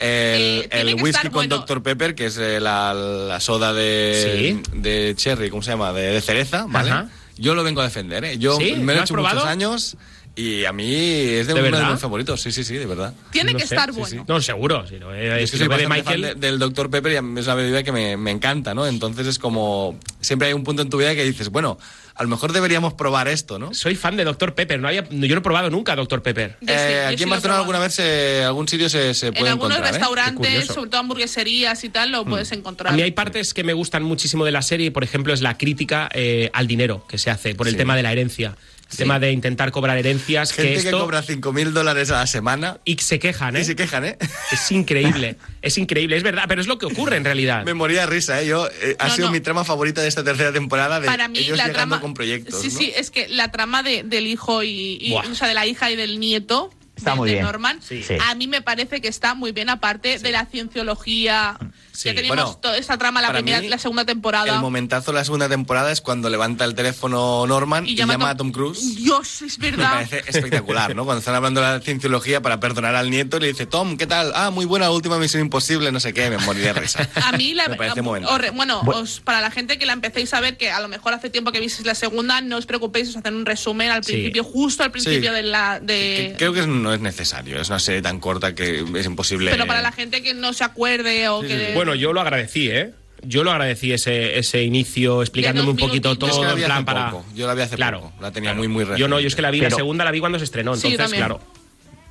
Speaker 3: Eh,
Speaker 4: El,
Speaker 3: tiene
Speaker 4: el
Speaker 3: que
Speaker 4: whisky
Speaker 3: estar
Speaker 4: con
Speaker 3: bueno.
Speaker 4: Dr. Pepper, que es eh, la, la soda de, de cherry, ¿cómo se llama? De, de cereza, ¿vale?
Speaker 2: Ajá.
Speaker 4: Yo lo vengo a defender, ¿eh? Yo
Speaker 2: ¿Sí?
Speaker 4: me lo
Speaker 2: ¿Lo
Speaker 4: he
Speaker 2: has
Speaker 4: hecho
Speaker 2: probado?
Speaker 4: muchos años y a mí es
Speaker 2: ¿De
Speaker 4: de, uno de
Speaker 2: verdad?
Speaker 4: mis favoritos, sí, sí, sí, de verdad.
Speaker 3: Tiene
Speaker 2: No
Speaker 3: que
Speaker 2: sé,
Speaker 3: estar
Speaker 2: sí,
Speaker 3: bueno.
Speaker 2: sí. No, seguro. Si lo, eh,
Speaker 4: Yo es
Speaker 2: si
Speaker 4: que
Speaker 2: lo
Speaker 4: soy
Speaker 2: ve de
Speaker 4: bastante fan
Speaker 2: Michael.
Speaker 4: de- del Dr. Pepper y a mí es una bebida que me, me encanta, ¿no? Entonces es como, siempre hay un punto en tu vida que dices, bueno, a lo mejor deberíamos probar esto, ¿no?
Speaker 2: Soy fan de Dr. Pepper. No había, yo no he probado nunca Dr. Pepper.
Speaker 3: Yo sí,
Speaker 4: Eh,
Speaker 3: yo
Speaker 4: aquí
Speaker 3: sí
Speaker 4: en
Speaker 3: lo he
Speaker 4: Barcelona
Speaker 3: probado.
Speaker 4: alguna vez, eh, algún sitio se, se
Speaker 3: En
Speaker 4: puede
Speaker 3: algunos
Speaker 4: encontrar, ¿eh? Hmm.
Speaker 2: Qué
Speaker 3: restaurantes,
Speaker 2: curioso.
Speaker 3: sobre todo hamburgueserías y tal, lo puedes encontrar.
Speaker 2: A mí hay partes que me gustan muchísimo de la serie, y, por ejemplo, es la crítica eh, al dinero que se hace por el
Speaker 4: Sí.
Speaker 2: tema de la herencia. El tema de intentar cobrar herencias.
Speaker 4: Gente
Speaker 2: que
Speaker 4: que,
Speaker 2: esto.
Speaker 4: cobra 5.000 dólares a la semana
Speaker 2: Y se quejan, ¿eh?
Speaker 4: y se quejan, ¿eh?
Speaker 2: Es increíble. es increíble, es verdad, pero es lo que ocurre en realidad.
Speaker 4: Me moría de risa, ¿eh? Yo, eh, ha
Speaker 3: No,
Speaker 4: sido
Speaker 3: no.
Speaker 4: mi trama favorita de esta tercera temporada de
Speaker 3: para mí
Speaker 4: ellos
Speaker 3: la
Speaker 4: llegando
Speaker 3: trama
Speaker 4: con proyectos,
Speaker 3: sí
Speaker 4: ¿no?
Speaker 3: sí es que la trama de- del hijo y, y-
Speaker 2: Buah.
Speaker 3: o sea de la hija y del nieto
Speaker 5: Está
Speaker 3: de,
Speaker 5: muy
Speaker 3: de
Speaker 5: bien.
Speaker 3: Norman
Speaker 5: Sí. Sí.
Speaker 3: a mí me parece que está muy bien aparte de la cienciología
Speaker 2: Sí.
Speaker 3: ya teníamos
Speaker 4: Bueno,
Speaker 3: toda esa trama la
Speaker 4: para
Speaker 3: primera
Speaker 4: mí,
Speaker 3: la segunda temporada
Speaker 4: El momentazo de la segunda temporada es cuando levanta el teléfono Norman y, llama, a Tom Cruise.
Speaker 3: Dios es
Speaker 4: Me
Speaker 3: verdad
Speaker 4: parece espectacular, ¿no? Cuando están hablando de la cienciología para perdonar al nieto, le dice, Tom, ¿qué tal? Ah, muy buena, última misión imposible, no sé qué, me moriría de risa.
Speaker 3: A mí la
Speaker 4: Me parece
Speaker 3: a-
Speaker 4: muy
Speaker 3: os re- bueno, os- para la gente que la empecéis a ver, que a lo mejor hace tiempo que visteis la segunda, no os preocupéis, os hacen un resumen al
Speaker 2: Sí.
Speaker 3: principio, justo al principio de la de
Speaker 4: Que- Creo que no es necesario, es una serie tan corta que es imposible.
Speaker 3: pero para la gente que no se acuerde o que
Speaker 2: Bueno, yo lo agradecí, ¿eh? Yo lo agradecí ese, ese inicio explicándome
Speaker 3: dos
Speaker 2: un poquito
Speaker 3: minutitos.
Speaker 2: todo
Speaker 3: Es que
Speaker 4: la vi
Speaker 2: en
Speaker 4: hace
Speaker 2: plan para.
Speaker 4: poco, yo la vi hace poco, la tenía muy, muy
Speaker 2: Yo no,
Speaker 4: reciente.
Speaker 2: yo es que la vi la
Speaker 5: Pero-
Speaker 2: segunda, la vi cuando se estrenó,
Speaker 3: Sí, yo
Speaker 2: entonces,
Speaker 3: también.
Speaker 2: claro.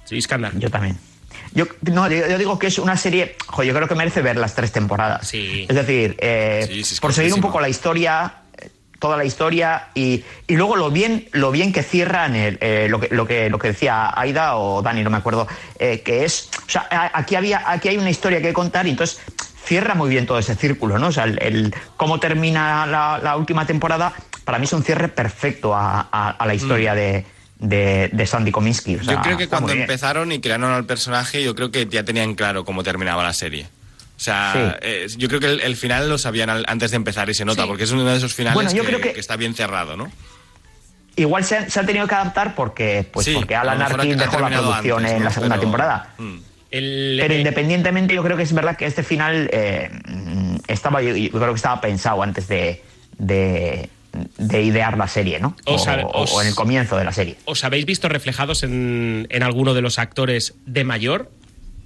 Speaker 2: Sí, Iskandar.
Speaker 5: Yo también. Yo, no, yo, yo digo que es una serie. jo, yo creo que merece ver las tres temporadas.
Speaker 2: Sí.
Speaker 5: Es decir, eh,
Speaker 4: Sí, sí, es
Speaker 5: por seguir un
Speaker 4: cortísima.
Speaker 5: poco la historia, eh, toda la historia y, y luego lo bien, lo bien que cierran el, eh, lo, que, lo, que, lo que decía Aida o Dani, no me acuerdo, eh, que es. O sea, a- aquí, había, aquí hay una historia que contar y entonces cierra muy bien todo ese círculo, ¿no? O sea, el, el cómo termina la, la última temporada, para mí es un cierre perfecto a, a- a la historia de, de, de Sandy Kominsky. O sea,
Speaker 4: yo creo que
Speaker 5: está
Speaker 4: cuando
Speaker 5: muy bien.
Speaker 4: empezaron y crearon al personaje, yo creo que ya tenían claro cómo terminaba la serie. O sea,
Speaker 5: Sí.
Speaker 4: eh, yo creo que el, el final lo sabían al- antes de empezar y se nota,
Speaker 3: Sí.
Speaker 4: porque es uno de esos finales
Speaker 5: Bueno, yo
Speaker 4: que,
Speaker 5: creo que-
Speaker 4: que está bien cerrado, ¿no?
Speaker 5: Igual se han, se han tenido que adaptar porque, pues
Speaker 4: Sí,
Speaker 5: porque
Speaker 4: a lo
Speaker 5: Alan
Speaker 4: mejor ha-
Speaker 5: Arkin
Speaker 4: ha
Speaker 5: dejó la
Speaker 4: terminado
Speaker 5: producción
Speaker 4: antes,
Speaker 5: en la
Speaker 4: ¿no?
Speaker 5: segunda
Speaker 4: Pero-
Speaker 5: temporada.
Speaker 4: Mm.
Speaker 2: El-
Speaker 5: Pero
Speaker 2: eh,
Speaker 5: independientemente, yo creo que es verdad que este final eh, mm, estaba, yo, yo creo que estaba pensado antes de, de, de idear la serie, ¿no?
Speaker 2: Os ha-
Speaker 5: o-
Speaker 2: os-
Speaker 5: o en el comienzo de la serie.
Speaker 2: ¿Os habéis visto reflejados en, en alguno de los actores de mayor?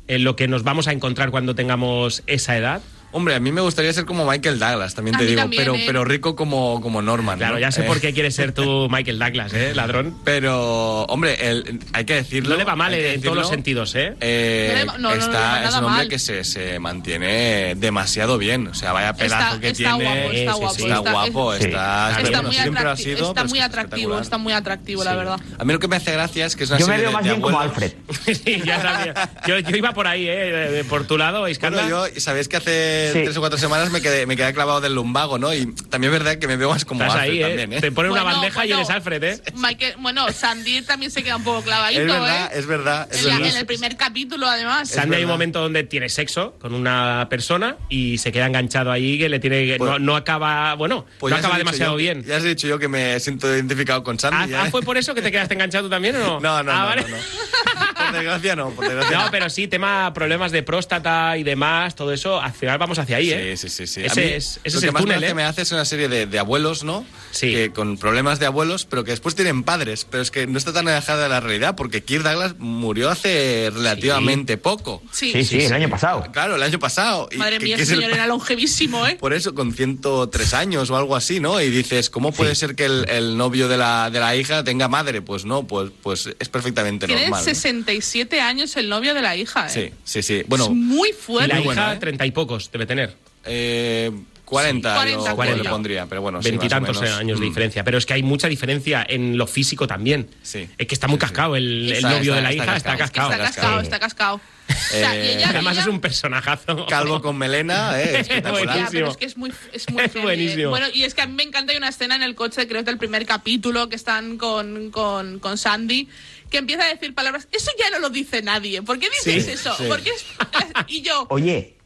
Speaker 2: En lo que nos vamos a encontrar cuando tengamos esa edad.
Speaker 4: Hombre, a mí me gustaría ser como Michael Douglas, también
Speaker 3: A
Speaker 4: te
Speaker 3: mí
Speaker 4: digo,
Speaker 3: también,
Speaker 4: pero,
Speaker 3: ¿eh?
Speaker 4: pero rico como, como Norman.
Speaker 2: Claro,
Speaker 4: ¿no?
Speaker 2: ya sé
Speaker 4: Eh,
Speaker 2: por qué quieres ser tú Michael Douglas, ¿eh? Ladrón.
Speaker 4: Pero, hombre, el- hay que decirlo.
Speaker 2: No le va mal
Speaker 4: hay que
Speaker 2: en todos
Speaker 4: decirlo.
Speaker 2: los sentidos, ¿eh?
Speaker 4: Eh,
Speaker 3: No le va- no, no, no le va
Speaker 4: está, es
Speaker 3: nada
Speaker 4: un hombre
Speaker 3: mal.
Speaker 4: que se, se mantiene demasiado bien. O sea, vaya pedazo
Speaker 3: Está,
Speaker 4: que
Speaker 3: está
Speaker 4: tiene.
Speaker 3: guapo,
Speaker 2: eh,
Speaker 3: está
Speaker 2: sí,
Speaker 3: guapo.
Speaker 2: sí,
Speaker 4: Está guapo,
Speaker 3: es-
Speaker 5: Sí.
Speaker 4: está,
Speaker 2: Está
Speaker 4: está
Speaker 3: está
Speaker 4: Ah, bueno,
Speaker 3: muy
Speaker 4: siempre lo ha
Speaker 3: atractivo,
Speaker 4: sido,
Speaker 3: está
Speaker 4: pero es
Speaker 3: muy
Speaker 4: que
Speaker 3: atractivo, está
Speaker 4: espectacular.
Speaker 3: muy atractivo, la verdad.
Speaker 4: A mí lo que me hace gracia es que es una
Speaker 5: Yo me
Speaker 4: serie
Speaker 5: veo
Speaker 4: de-
Speaker 5: más
Speaker 4: de
Speaker 5: bien como
Speaker 4: abuelos.
Speaker 5: Alfred.
Speaker 2: Sí, yo, también. Yo- yo iba por ahí, ¿eh? Eh, Por tu lado,
Speaker 4: Bueno,
Speaker 2: Iskandar.
Speaker 4: yo, sabéis que hace
Speaker 5: Sí.
Speaker 4: tres o cuatro semanas me quedé, me quedé clavado del lumbago, ¿no? Y también es verdad que me veo más como
Speaker 2: Estás
Speaker 4: Alfred
Speaker 2: ahí, ¿eh?
Speaker 4: también, ¿eh?
Speaker 2: Te ponen una
Speaker 3: Bueno,
Speaker 2: bandeja y
Speaker 3: bueno.
Speaker 2: eres Alfred, ¿eh?
Speaker 3: Michael- bueno, Sandir también se queda un poco clavadito,
Speaker 4: Es verdad,
Speaker 3: ¿eh?
Speaker 4: es verdad, es
Speaker 3: en, la-
Speaker 4: verdad.
Speaker 3: en el primer capítulo, además.
Speaker 2: Sandy hay un
Speaker 4: verdad.
Speaker 2: momento donde tiene sexo con una persona y se queda enganchado ahí que le tiene que-
Speaker 4: Pues-
Speaker 2: no, no acaba bueno
Speaker 4: Pues
Speaker 2: no
Speaker 4: ya os he
Speaker 2: acaba
Speaker 4: dicho
Speaker 2: demasiado
Speaker 4: yo-
Speaker 2: bien.
Speaker 4: Ya os he dicho yo que me siento identificado con
Speaker 2: ¿Ah,
Speaker 4: Sandy.
Speaker 2: ah,
Speaker 4: ¿eh?
Speaker 2: fue por eso que te quedaste enganchado tú también o no?
Speaker 4: No, no,
Speaker 2: Ah,
Speaker 4: no,
Speaker 2: vale.
Speaker 4: no, no. Por desgracia no, por desgracia
Speaker 2: No, pero sí, tema problemas de próstata y demás, todo eso, al final vamos hacia ahí, ¿eh?
Speaker 4: Sí, sí, sí. sí. A
Speaker 2: Ese
Speaker 4: mí
Speaker 2: es, ese
Speaker 4: lo
Speaker 2: es
Speaker 4: que
Speaker 2: el
Speaker 4: más
Speaker 2: túnel,
Speaker 4: gracia
Speaker 2: ¿eh?
Speaker 4: me hace es una serie de, de abuelos, ¿no?
Speaker 2: Sí.
Speaker 4: Que con problemas de abuelos, pero que después tienen padres. Pero es que no está tan alejada de la realidad, porque Kirk Douglas murió hace relativamente poco.
Speaker 3: Sí,
Speaker 5: Sí, sí, el año pasado.
Speaker 4: Claro, el año pasado. Y
Speaker 3: Madre
Speaker 4: que-
Speaker 3: mía,
Speaker 4: que es
Speaker 3: ese
Speaker 4: el
Speaker 3: señor
Speaker 4: pa-
Speaker 3: era longevísimo, ¿eh?
Speaker 4: Por eso, con 103 años o algo así, ¿no? Y dices, ¿cómo puede ser que el, el novio de la, de la hija tenga madre? Pues no, pues, pues es perfectamente
Speaker 3: Tiene
Speaker 4: normal. ¿no?
Speaker 3: 66 37 años el novio de la hija,
Speaker 4: Sí,
Speaker 3: ¿eh?
Speaker 4: sí, sí. Bueno,
Speaker 3: es muy
Speaker 2: Y
Speaker 3: fuerte.
Speaker 2: la
Speaker 4: Muy buena,
Speaker 2: hija,
Speaker 4: ¿eh?
Speaker 2: treinta y pocos debe tener.
Speaker 4: eh, 40,
Speaker 3: Sí, 40,
Speaker 4: yo
Speaker 3: 40.
Speaker 4: le pondría, pero bueno, sí, más o
Speaker 2: Veintitantos eh,
Speaker 4: menos.
Speaker 2: años de
Speaker 4: Mm.
Speaker 2: diferencia. Pero es que hay mucha diferencia en lo físico también.
Speaker 4: Sí.
Speaker 2: Es que está muy
Speaker 4: Sí, sí.
Speaker 2: cascado. El, el
Speaker 4: Está-
Speaker 2: novio
Speaker 4: está-
Speaker 2: de la
Speaker 4: está
Speaker 2: hija está
Speaker 4: cascado.
Speaker 2: cascado.
Speaker 3: está cascado, está cascado. O sea, y
Speaker 4: Eh,
Speaker 3: ella,
Speaker 2: Además
Speaker 3: ella-
Speaker 2: es un personajazo.
Speaker 4: Calvo con melena, eh, espectacular.
Speaker 3: Ya, pero
Speaker 2: buenísimo.
Speaker 3: es que es muy, es muy
Speaker 2: Es
Speaker 3: heavy, ¿eh?
Speaker 2: buenísimo.
Speaker 3: Bueno, y es que a mí me encanta, hay una escena en el coche, creo que del primer capítulo, que están con, con, con Sandy, que empieza a decir palabras. Eso ya no lo dice nadie. ¿Por qué dices
Speaker 4: Sí,
Speaker 3: eso?
Speaker 4: sí.
Speaker 3: Porque es- y yo,
Speaker 5: Oye,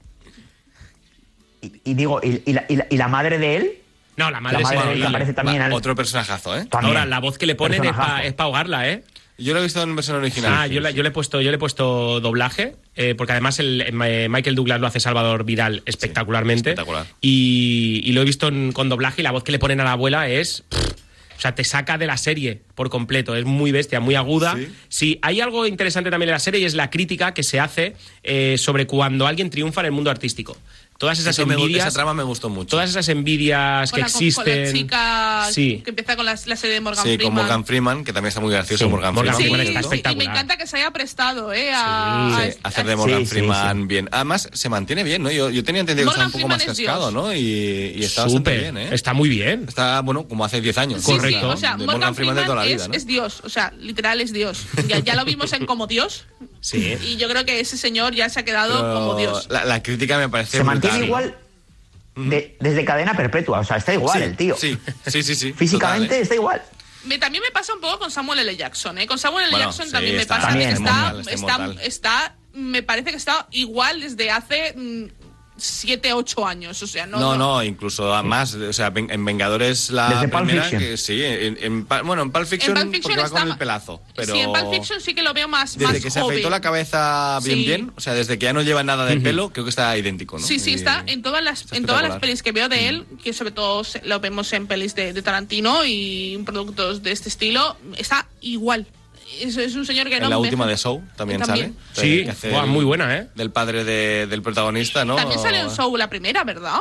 Speaker 5: y, y digo, ¿y, y la, y la- y la madre de él?
Speaker 2: No, la madre,
Speaker 5: La
Speaker 2: es
Speaker 5: madre
Speaker 2: increíble.
Speaker 5: que aparece también.
Speaker 4: Va,
Speaker 5: al-
Speaker 4: Otro personajazo, ¿eh?
Speaker 5: también.
Speaker 2: Ahora, la voz que le ponen es para
Speaker 5: Personajazo.
Speaker 2: ahogarla, ¿eh?
Speaker 4: Yo lo he visto en versión original.
Speaker 2: Ah, yo, la- yo le he puesto, yo le he puesto doblaje, eh, porque además el, eh, Ma- eh, Michael Douglas lo hace Salvador Vidal espectacularmente.
Speaker 4: Sí, espectacular.
Speaker 2: Y, y lo he visto en- con doblaje y la voz que le ponen a la abuela es. pff, o sea, te saca de la serie por completo. Es muy bestia, muy aguda.
Speaker 4: Sí.
Speaker 2: ¿Sí? hay algo interesante también en la serie y es la crítica que se hace eh, sobre cuando alguien triunfa en el mundo artístico. Todas esas
Speaker 4: Eso me gu-
Speaker 2: envidias.
Speaker 4: esa trama me gustó mucho.
Speaker 2: Todas esas envidias
Speaker 3: con
Speaker 2: que
Speaker 3: la, con- con la
Speaker 2: existen.
Speaker 3: chica
Speaker 2: Sí.
Speaker 3: que empieza con la, la serie de Morgan
Speaker 4: sí,
Speaker 3: Freeman.
Speaker 4: con Morgan Freeman, que también está muy gracioso.
Speaker 2: Sí,
Speaker 4: Morgan,
Speaker 2: Morgan
Speaker 3: Sí,
Speaker 4: Freeman.
Speaker 2: Freeman está
Speaker 3: sí, y me
Speaker 2: espectacular.
Speaker 3: encanta que se haya prestado, ¿eh? A,
Speaker 4: Sí,
Speaker 3: a- a-
Speaker 4: Ah, hacer de Morgan
Speaker 5: Sí, sí,
Speaker 4: Freeman bien. Además, se mantiene bien, ¿no? Yo, yo tenía entendido
Speaker 3: Morgan
Speaker 4: que estaba un poco
Speaker 3: Freeman
Speaker 4: más
Speaker 3: es
Speaker 4: cascado,
Speaker 3: Dios.
Speaker 4: ¿no? Y, y está
Speaker 2: Súper,
Speaker 4: bastante bien, ¿eh?
Speaker 2: Está muy bien.
Speaker 4: Está, bueno, como hace 10 años.
Speaker 3: Sí, sí,
Speaker 2: Correcto.
Speaker 3: o sea,
Speaker 4: De
Speaker 3: Morgan, Freeman,
Speaker 4: de toda la vida,
Speaker 3: es,
Speaker 4: ¿no?
Speaker 3: es Dios, o sea, literal es Dios. Ya, ya lo vimos en Como Dios,
Speaker 2: Sí.
Speaker 3: y yo creo que ese señor ya se ha quedado
Speaker 4: Pero
Speaker 3: como Dios.
Speaker 4: La, la crítica me parece
Speaker 5: Se mantiene
Speaker 4: brutal.
Speaker 5: igual de- desde cadena perpetua. O sea, está igual
Speaker 4: Sí,
Speaker 5: el tío.
Speaker 4: Sí, sí, sí. sí
Speaker 5: Físicamente
Speaker 4: total, ¿eh?
Speaker 5: está igual.
Speaker 3: Me- también me pasa un poco con Samuel L. Jackson, ¿eh? Con Samuel L.
Speaker 4: Bueno,
Speaker 3: Jackson
Speaker 4: sí,
Speaker 3: también me
Speaker 4: está-
Speaker 3: pasa que
Speaker 5: también.
Speaker 3: está,
Speaker 4: Inmortal, está
Speaker 3: está,
Speaker 4: inmortal.
Speaker 3: está- me parece que está igual desde hace 7, 8 años, o sea, no...
Speaker 4: No, no, incluso a más. O sea, ven- en Vengadores la
Speaker 5: Desde Pulp
Speaker 4: primera.
Speaker 5: Fiction.
Speaker 4: que sí, en, en Pul- bueno, en Pulp Fiction,
Speaker 3: Pulp Fiction
Speaker 4: porque va con
Speaker 3: está-
Speaker 4: el pelazo. Pero
Speaker 3: Sí, en Pulp Fiction sí que lo veo más,
Speaker 4: Desde
Speaker 3: más
Speaker 4: que se
Speaker 3: joven.
Speaker 4: afeitó la cabeza bien,
Speaker 3: Sí.
Speaker 4: bien, o sea, desde que ya no lleva nada de pelo, creo que está idéntico, ¿no?
Speaker 3: Sí, sí,
Speaker 4: Y-
Speaker 3: está en todas las
Speaker 4: está
Speaker 3: en todas las
Speaker 4: espectacular. Mm.
Speaker 3: pelis que veo de él, que sobre todo se- lo vemos en pelis de, de Tarantino y productos de este estilo, está igual. Es, es un señor que
Speaker 4: En
Speaker 3: no
Speaker 4: la
Speaker 3: enveje.
Speaker 4: última de Show también,
Speaker 3: También.
Speaker 4: sale.
Speaker 2: Sí,
Speaker 4: Que hace
Speaker 2: buah,
Speaker 4: el-
Speaker 2: muy buena, ¿eh?
Speaker 4: Del padre de- del protagonista, ¿no?
Speaker 3: También sale en Soul la primera, ¿verdad?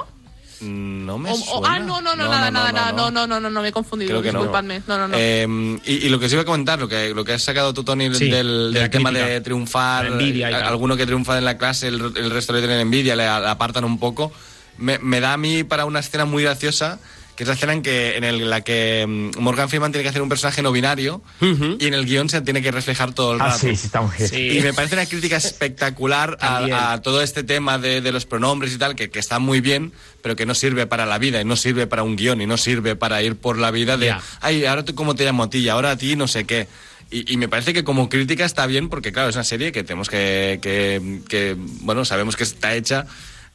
Speaker 4: No me
Speaker 3: O- o-
Speaker 4: suena.
Speaker 3: ah, no, no, no, nada, nada, nada, no, no, no, no, no, me he confundido,
Speaker 4: Creo que no.
Speaker 3: disculpadme. No, no, no.
Speaker 4: Eh, y, y lo que os iba a comentar, lo que, lo que has sacado tú, Tony,
Speaker 2: Sí,
Speaker 4: del,
Speaker 2: de la
Speaker 4: del tema
Speaker 2: crítica.
Speaker 4: de triunfar,
Speaker 2: La envidia y
Speaker 4: a-
Speaker 2: tal.
Speaker 4: alguno que triunfa en la clase, el, el resto le tienen envidia, le a- apartan un poco, me, me da a mí para una escena muy graciosa, que es la escena en, que, en el- la que mm, Morgan Freeman tiene que hacer un personaje no binario y en el guión se tiene que reflejar todo el
Speaker 5: Ah,
Speaker 4: rato.
Speaker 5: sí, sí, está muy bien.
Speaker 2: Sí.
Speaker 4: Y me parece una crítica espectacular
Speaker 2: También.
Speaker 4: a, a todo este tema de, de los pronombres y tal, que, que está muy bien, pero que no sirve para la vida, y no sirve para un guión, y no sirve para ir por la vida de,
Speaker 2: Ya.
Speaker 4: ay, ahora tú cómo te llamo a ti, y ahora a ti no sé qué. Y, y me parece que como crítica está bien, porque claro, es una serie que tenemos que, que, que, bueno, sabemos que está hecha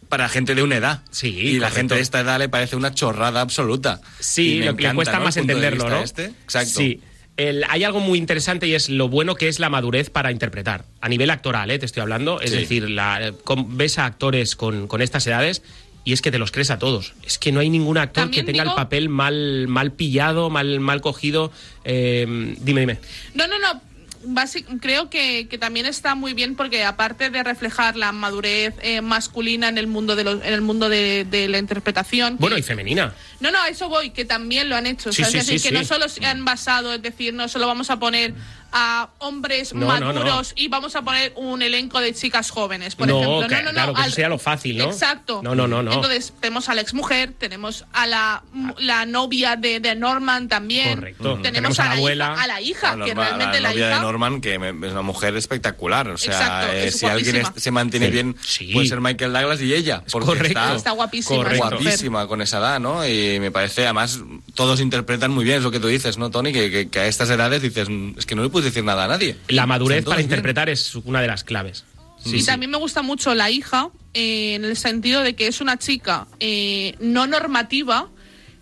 Speaker 4: para gente de una edad.
Speaker 2: Sí,
Speaker 4: y la
Speaker 2: correcto.
Speaker 4: gente de esta edad le parece una chorrada absoluta.
Speaker 2: Sí,
Speaker 4: Y me
Speaker 2: lo que le
Speaker 4: encanta,
Speaker 2: cuesta
Speaker 4: ¿no?
Speaker 2: más
Speaker 4: El punto de
Speaker 2: entenderlo,
Speaker 4: vista
Speaker 2: ¿no?
Speaker 4: este. Exacto.
Speaker 2: Sí. El- hay algo muy interesante y es lo bueno que es la madurez para interpretar. A nivel actoral, ¿eh? te estoy hablando. Es
Speaker 4: Sí.
Speaker 2: decir, la, con- ves a actores con, con estas edades y es que te los crees a todos. Es que no hay ningún actor
Speaker 3: También
Speaker 2: que tenga
Speaker 3: digo-
Speaker 2: el papel mal, mal pillado, mal, mal cogido. Eh, dime, dime.
Speaker 3: No, no, no. Basi- creo que, que también está muy bien porque aparte de reflejar la madurez eh, masculina en el mundo de los, en el mundo de, de la interpretación
Speaker 2: Bueno, y femenina.
Speaker 3: No, no, a eso voy, que también lo han hecho.
Speaker 2: Sí,
Speaker 3: ¿sabes?
Speaker 2: sí,
Speaker 3: es decir,
Speaker 2: sí,
Speaker 3: que
Speaker 2: sí.
Speaker 3: no solo se han basado, es decir, no solo vamos a poner a hombres
Speaker 2: No, no,
Speaker 3: maduros
Speaker 2: no.
Speaker 3: y vamos a poner un elenco de chicas jóvenes, por
Speaker 2: No,
Speaker 3: ejemplo.
Speaker 2: que-
Speaker 3: No, no, no.
Speaker 2: claro, que eso sería lo fácil, ¿no?
Speaker 3: Exacto.
Speaker 2: No, no, no, no.
Speaker 3: Entonces, tenemos a la exmujer, tenemos a la, la novia de, de Norman también.
Speaker 2: Correcto.
Speaker 3: Tenemos,
Speaker 2: Tenemos
Speaker 3: a,
Speaker 2: a la
Speaker 3: la
Speaker 2: abuela.
Speaker 3: hija, a la hija,
Speaker 4: Bueno,
Speaker 3: que
Speaker 4: Norma-
Speaker 3: realmente la,
Speaker 4: novia
Speaker 3: hija.
Speaker 4: de Norman, que me- es una mujer espectacular. O sea,
Speaker 3: Exacto,
Speaker 4: eh,
Speaker 3: es
Speaker 4: si alguien
Speaker 3: guapísima.
Speaker 4: es- se mantiene
Speaker 2: Sí.
Speaker 4: bien,
Speaker 2: Sí.
Speaker 4: puede ser Michael Douglas y ella. Porque
Speaker 2: Correcto.
Speaker 4: Está,
Speaker 3: Está guapísima,
Speaker 2: Correcto.
Speaker 3: esa mujer.
Speaker 4: guapísima con esa edad, ¿no? Y me parece, además, todos interpretan muy bien, es lo que tú dices, ¿no, Tony? Que, que- que a estas edades dices, "Mm, es que no le puedes decir nada a nadie.
Speaker 2: La madurez
Speaker 4: Están todos
Speaker 2: para
Speaker 4: bien.
Speaker 2: interpretar es una de las claves. Sí,
Speaker 3: y
Speaker 2: sí.
Speaker 3: también me gusta mucho la hija eh, en el sentido de que es una chica eh, no normativa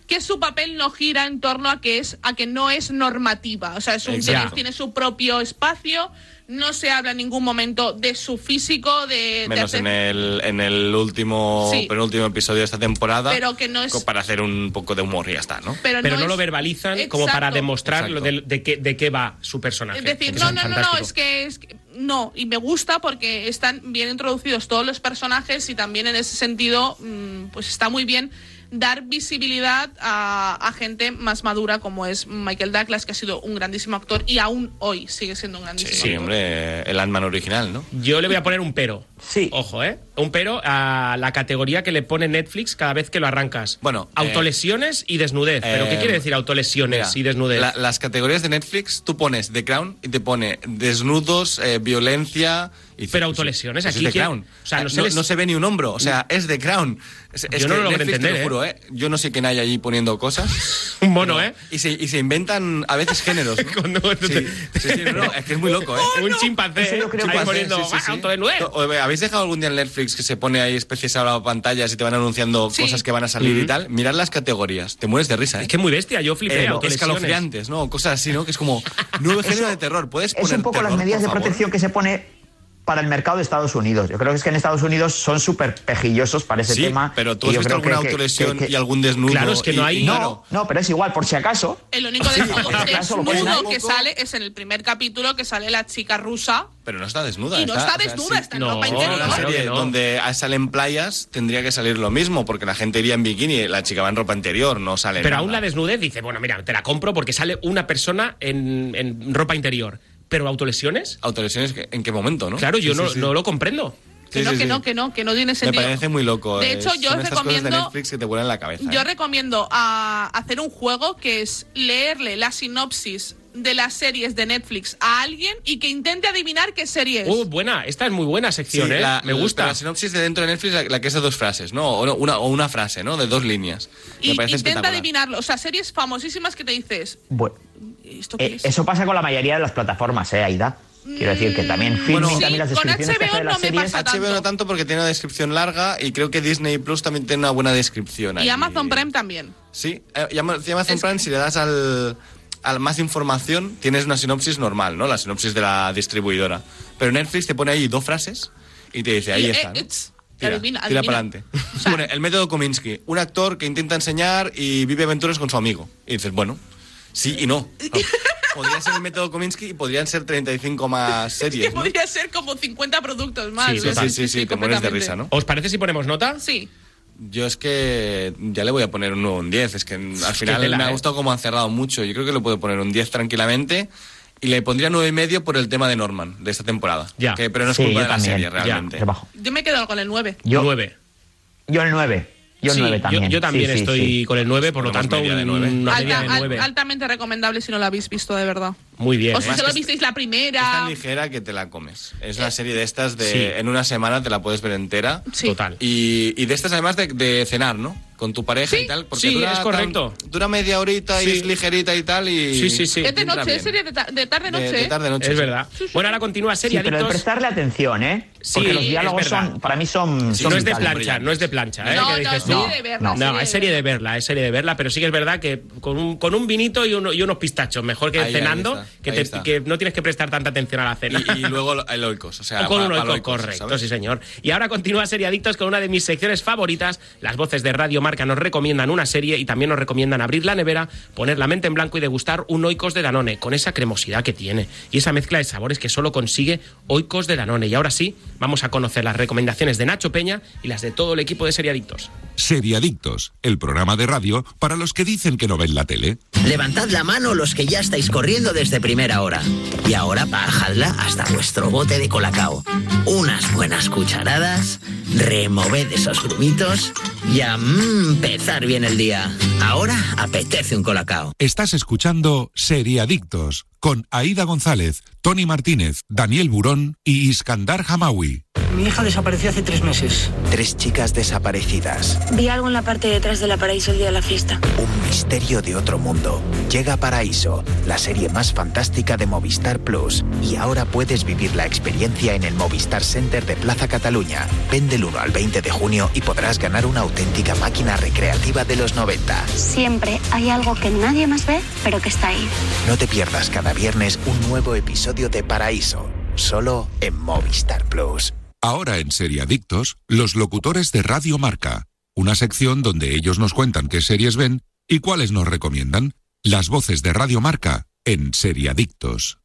Speaker 3: que su papel no gira en torno a que es a que no es normativa o sea es un
Speaker 4: Exacto.
Speaker 3: tiene, tiene su propio espacio no se habla en ningún momento de su físico de, de
Speaker 4: Menos
Speaker 3: hacer-
Speaker 4: en el, en el último,
Speaker 3: Eh, Sí.
Speaker 4: penúltimo episodio de esta temporada.
Speaker 3: Pero que no es-
Speaker 4: co- Para hacer un poco de humor y ya está, ¿no?
Speaker 2: Pero no,
Speaker 3: es-
Speaker 2: lo verbalizan como para
Speaker 3: Exacto.
Speaker 2: demostrar lo
Speaker 4: Exacto.
Speaker 2: de, de qué, de qué va su personaje.
Speaker 3: Es decir,
Speaker 2: que
Speaker 3: no,
Speaker 2: es
Speaker 3: no, no, no,
Speaker 2: fantástico.
Speaker 3: es que, es que- no, y me gusta porque están bien introducidos todos los personajes y también en ese sentido, mm, pues está muy bien dar visibilidad a, a gente más madura como es Michael Douglas, que ha sido un grandísimo actor y aún hoy sigue siendo un grandísimo
Speaker 4: Sí,
Speaker 3: actor.
Speaker 4: hombre, el Ant-Man original, ¿no?
Speaker 2: Yo le voy a poner un pero.
Speaker 5: Sí.
Speaker 2: Ojo, ¿eh? Un pero a la categoría que le pone Netflix cada vez que lo arrancas.
Speaker 4: Bueno,
Speaker 2: autolesiones y desnudez. ¿Pero qué
Speaker 4: eh,
Speaker 2: quiere decir autolesiones
Speaker 4: Mira,
Speaker 2: y desnudez?
Speaker 4: la- las categorías de Netflix, tú pones The Crown y te pone desnudos, eh, violencia. Y dices,
Speaker 2: Pero autolesiones,
Speaker 4: pues es
Speaker 2: aquí
Speaker 4: The
Speaker 2: quién-
Speaker 4: Crown.
Speaker 2: o sea,
Speaker 4: Eh,
Speaker 2: no
Speaker 4: no,
Speaker 2: se les-
Speaker 4: no se ve ni un hombro. O sea, es The Crown. Es, es
Speaker 2: Yo no
Speaker 4: que
Speaker 2: lo logro
Speaker 4: Netflix,
Speaker 2: entender,
Speaker 4: te
Speaker 2: ¿eh?
Speaker 4: lo juro, ¿eh? Yo no sé quién hay allí poniendo cosas.
Speaker 2: un mono, ¿eh?
Speaker 4: Y se, y se inventan a veces géneros. ¿no?
Speaker 2: Cuando- cuando
Speaker 4: sí,
Speaker 2: te-
Speaker 4: sí, sí, no, es que es muy loco, ¿eh?
Speaker 3: ¡Oh,
Speaker 2: un chimpancé.
Speaker 5: Eso yo creo
Speaker 2: ahí
Speaker 5: que va a ser,
Speaker 2: poniendo
Speaker 4: Sí, sí,
Speaker 2: "Ah,
Speaker 4: sí.
Speaker 2: autodesnudez".
Speaker 4: O- o- ¿Habéis dejado algún día en Netflix que se pone ahí especies a la pantalla y te van anunciando
Speaker 3: Sí.
Speaker 4: cosas que van a salir y tal? Mirad las categorías. Te mueres de risa, ¿eh?
Speaker 2: Mm-hmm. Es que muy bestia, yo flipé.
Speaker 4: Eh,
Speaker 2: autolesiones.
Speaker 4: escalofriantes, ¿no? Cosas así, ¿no? Que es como nuevo género de terror. Puedes
Speaker 5: Es
Speaker 4: poner
Speaker 5: un poco las
Speaker 4: terror,
Speaker 5: medidas de
Speaker 4: por favor?
Speaker 5: protección que se pone para el mercado de Estados Unidos. Yo creo que es que en Estados Unidos son súper pejillosos para ese
Speaker 4: Sí,
Speaker 5: tema.
Speaker 4: pero tú
Speaker 5: y
Speaker 4: has
Speaker 5: yo
Speaker 4: visto
Speaker 5: creo que-
Speaker 4: alguna
Speaker 5: que-
Speaker 4: autolesión
Speaker 5: que- que-
Speaker 4: y algún desnudo.
Speaker 2: Claro, es que
Speaker 4: y-
Speaker 2: no hay-
Speaker 4: y-
Speaker 5: No,
Speaker 4: claro.
Speaker 5: no, pero es igual, por si acaso.
Speaker 3: El único desnudo,
Speaker 5: porque acaso lo ponen
Speaker 3: desnudo
Speaker 5: ahí.
Speaker 3: que sale es en el primer capítulo que sale la chica rusa
Speaker 4: Pero no está desnuda.
Speaker 3: y no está
Speaker 4: o sea,
Speaker 3: desnuda,
Speaker 4: sí.
Speaker 3: está en
Speaker 2: No,
Speaker 3: ropa
Speaker 2: no,
Speaker 4: Pero
Speaker 3: interior.
Speaker 4: en la
Speaker 2: Claro que
Speaker 4: serie
Speaker 2: no.
Speaker 4: donde salen playas tendría que salir lo mismo, porque la gente iría en bikini, la chica va en ropa interior, no sale.
Speaker 2: Pero
Speaker 4: eh, nada.
Speaker 2: aún la desnudez dice, bueno, mira, te la compro porque sale una persona en, en ropa interior. ¿Pero autolesiones?
Speaker 4: Autolesiones, que- ¿en qué momento, no?
Speaker 2: Claro, yo
Speaker 4: Sí,
Speaker 2: no,
Speaker 4: sí, sí.
Speaker 2: no lo comprendo.
Speaker 3: Que
Speaker 4: Sí,
Speaker 3: no,
Speaker 4: sí,
Speaker 3: que
Speaker 4: sí.
Speaker 3: no, que no, que no tiene
Speaker 4: Me
Speaker 3: sentido.
Speaker 4: parece muy loco.
Speaker 3: De
Speaker 4: eh.
Speaker 3: hecho, yo
Speaker 4: Son
Speaker 3: os
Speaker 4: estas cosas de
Speaker 3: recomiendo-
Speaker 4: Netflix que te vuelan la cabeza.
Speaker 3: Yo
Speaker 4: eh.
Speaker 3: recomiendo a hacer un juego que es leerle la sinopsis de las series de Netflix a alguien y que intente adivinar qué serie es.
Speaker 2: Uh, buena, esta es muy buena sección,
Speaker 4: Sí,
Speaker 2: ¿eh?
Speaker 4: la-
Speaker 2: Me gusta.
Speaker 4: La sinopsis de dentro de Netflix, la, la que es de dos frases, ¿no? O, no, una, o una frase, ¿no? De dos líneas.
Speaker 3: y
Speaker 4: Me
Speaker 3: intenta
Speaker 4: parece espectacular.
Speaker 3: adivinarlo. O sea, series famosísimas que te dices,
Speaker 5: Bueno,
Speaker 3: ¿esto qué
Speaker 5: eh,
Speaker 3: es?
Speaker 5: eso pasa con la mayoría de las plataformas, ¿eh, Aida? Quiero decir que también Filmin,
Speaker 4: Mm, bueno,
Speaker 5: también las
Speaker 3: sí, con
Speaker 5: descripciones que hace de
Speaker 3: HBO
Speaker 5: las
Speaker 3: no me
Speaker 5: series.
Speaker 3: pasa
Speaker 4: HBO no tanto porque tiene una descripción larga y creo que Disney Plus también tiene una buena descripción.
Speaker 3: Y
Speaker 4: ahí.
Speaker 3: Amazon Prime también.
Speaker 4: Sí, eh, y Ama- y Amazon
Speaker 3: Es-
Speaker 4: Prime, si le das al, al más información, tienes una sinopsis normal, ¿no? La sinopsis de la distribuidora. Pero Netflix te pone ahí dos frases y te dice, ahí
Speaker 3: Y, eh,
Speaker 4: está. ¿no?
Speaker 3: it's-
Speaker 4: Tira,
Speaker 3: adivina,
Speaker 4: tira
Speaker 3: adivina.
Speaker 4: para adelante. Bueno, el método Kominsky. Un actor que intenta enseñar y vive aventuras con su amigo. Y dices, bueno, sí y no. ¿no? Podría ser el método Kominsky y podrían ser 35 más
Speaker 3: Que
Speaker 4: series. ¿no?
Speaker 3: podría ser como 50 productos más.
Speaker 2: Sí,
Speaker 3: ¿no?
Speaker 4: Sí, sí, sí, sí, te mueres de
Speaker 3: completamente.
Speaker 4: risa, ¿no?
Speaker 2: ¿Os parece si ponemos nota?
Speaker 3: Sí.
Speaker 4: Yo es que ya le voy a poner un nuevo un 10. Es que al final
Speaker 2: tela,
Speaker 4: me ha
Speaker 2: eh.
Speaker 4: gustado como han cerrado mucho. Yo creo que le puedo poner un 10 tranquilamente. Y le pondría nueve y medio por el tema de Norman, de esta temporada.
Speaker 2: Ya.
Speaker 4: Que- pero no es
Speaker 5: Sí,
Speaker 4: culpa
Speaker 5: yo
Speaker 4: de la
Speaker 5: también,
Speaker 4: serie,
Speaker 5: ya.
Speaker 4: realmente.
Speaker 5: Qué bajo.
Speaker 3: Yo me quedo con el 9.
Speaker 5: Yo,
Speaker 2: Nueve.
Speaker 5: yo el 9. Yo el
Speaker 2: Sí,
Speaker 5: 9 también.
Speaker 2: Yo, también
Speaker 5: Sí, sí,
Speaker 2: estoy
Speaker 5: sí.
Speaker 2: con el 9, por lo
Speaker 4: Ponemos
Speaker 2: tanto,
Speaker 4: media de
Speaker 2: un-
Speaker 4: nueve.
Speaker 2: una media
Speaker 3: Alta-
Speaker 2: de
Speaker 3: al-
Speaker 2: 9.
Speaker 3: altamente recomendable si no la habéis visto, de verdad.
Speaker 2: Muy bien.
Speaker 3: O si
Speaker 2: ¿eh?
Speaker 3: solo
Speaker 4: que
Speaker 3: visteis la primera.
Speaker 4: Es tan ligera que te la comes. Es
Speaker 3: Eh,
Speaker 4: una serie de estas de
Speaker 2: Sí.
Speaker 4: en una semana te la puedes ver entera.
Speaker 3: Sí.
Speaker 2: Total.
Speaker 4: Y, y de estas además de, de cenar, ¿no? Con tu pareja
Speaker 3: Sí.
Speaker 4: y tal. Porque
Speaker 2: Sí,
Speaker 4: dura
Speaker 2: es correcto.
Speaker 4: tan- dura media horita y
Speaker 2: Sí.
Speaker 4: es ligerita y tal. Y
Speaker 2: Sí, sí, sí.
Speaker 3: es de
Speaker 4: entra
Speaker 3: noche,
Speaker 4: bien.
Speaker 3: es serie de, ta- de tarde-noche.
Speaker 4: De- de
Speaker 3: ¿eh?
Speaker 4: tarde-noche,
Speaker 2: Es
Speaker 4: sí.
Speaker 2: verdad. Bueno, ahora continúa
Speaker 5: Sí,
Speaker 2: Serie
Speaker 5: pero de
Speaker 2: Adictos.
Speaker 5: prestarle atención, ¿eh?
Speaker 2: Sí,
Speaker 5: Porque los
Speaker 2: es
Speaker 5: diálogos
Speaker 2: verdad.
Speaker 5: son, para mí son.
Speaker 4: Sí,
Speaker 5: son
Speaker 2: no es de
Speaker 5: vitales.
Speaker 2: plancha, no es de plancha. ¿eh?
Speaker 3: No,
Speaker 2: Que
Speaker 3: no,
Speaker 2: dices,
Speaker 3: serie de verla,
Speaker 2: No,
Speaker 3: serie
Speaker 2: es
Speaker 3: de
Speaker 2: serie de
Speaker 3: verla.
Speaker 2: verla, es serie de verla, pero sí que es verdad que con un, con un vinito y, uno- y unos pistachos, mejor que
Speaker 4: Ahí, ahí
Speaker 2: cenando,
Speaker 4: está,
Speaker 2: que,
Speaker 4: ahí
Speaker 2: te-
Speaker 4: está.
Speaker 2: que no tienes que prestar tanta atención a la cena.
Speaker 4: Y, y luego el oikos. O sea,
Speaker 2: O con
Speaker 4: pa-
Speaker 2: un
Speaker 4: pa'l
Speaker 2: oico,
Speaker 4: oikos,
Speaker 2: correcto,
Speaker 4: ¿sabes?
Speaker 2: sí señor. Y ahora continúa Seriadictos con una de mis secciones favoritas. Las voces de Radio Marca nos recomiendan una serie y también nos recomiendan abrir la nevera, poner la mente en blanco y degustar un oicos de Danone, con esa cremosidad que tiene y esa mezcla de sabores que solo consigue oicos de Danone. Y ahora sí, vamos a conocer las recomendaciones de Nacho Peña y las de todo el equipo de Seriadictos.
Speaker 1: Seriadictos, el programa de radio para los que dicen que no ven la tele.
Speaker 9: Levantad la mano los que ya estáis corriendo desde primera hora. Y ahora bajadla hasta vuestro bote de colacao. Unas buenas cucharadas, removed esos grumitos y a mm, empezar bien el día. Ahora apetece un colacao.
Speaker 1: Estás escuchando Seriadictos con Aida González, Tony Martínez, Daniel Burón y Iskandar Hamawi.
Speaker 6: Mi hija desapareció hace tres meses.
Speaker 7: Tres chicas desaparecidas.
Speaker 8: Vi algo en la parte de atrás de la paraíso el día de la fiesta.
Speaker 7: Un misterio de otro mundo. Llega Paraíso, la serie más fantástica de Movistar Plus. Y ahora puedes vivir la experiencia en el Movistar Center de Plaza Cataluña. Ven del 1 al 20 de junio y podrás ganar una auténtica máquina recreativa de los 90.
Speaker 8: Siempre hay algo que nadie más ve, pero que está ahí.
Speaker 7: No te pierdas cada viernes un nuevo episodio de Paraíso, solo en Movistar Plus.
Speaker 1: Ahora en Seriadictos, los locutores de Radio Marca, una sección donde ellos nos cuentan qué series ven y cuáles nos recomiendan. Las voces de Radio Marca en Seriadictos.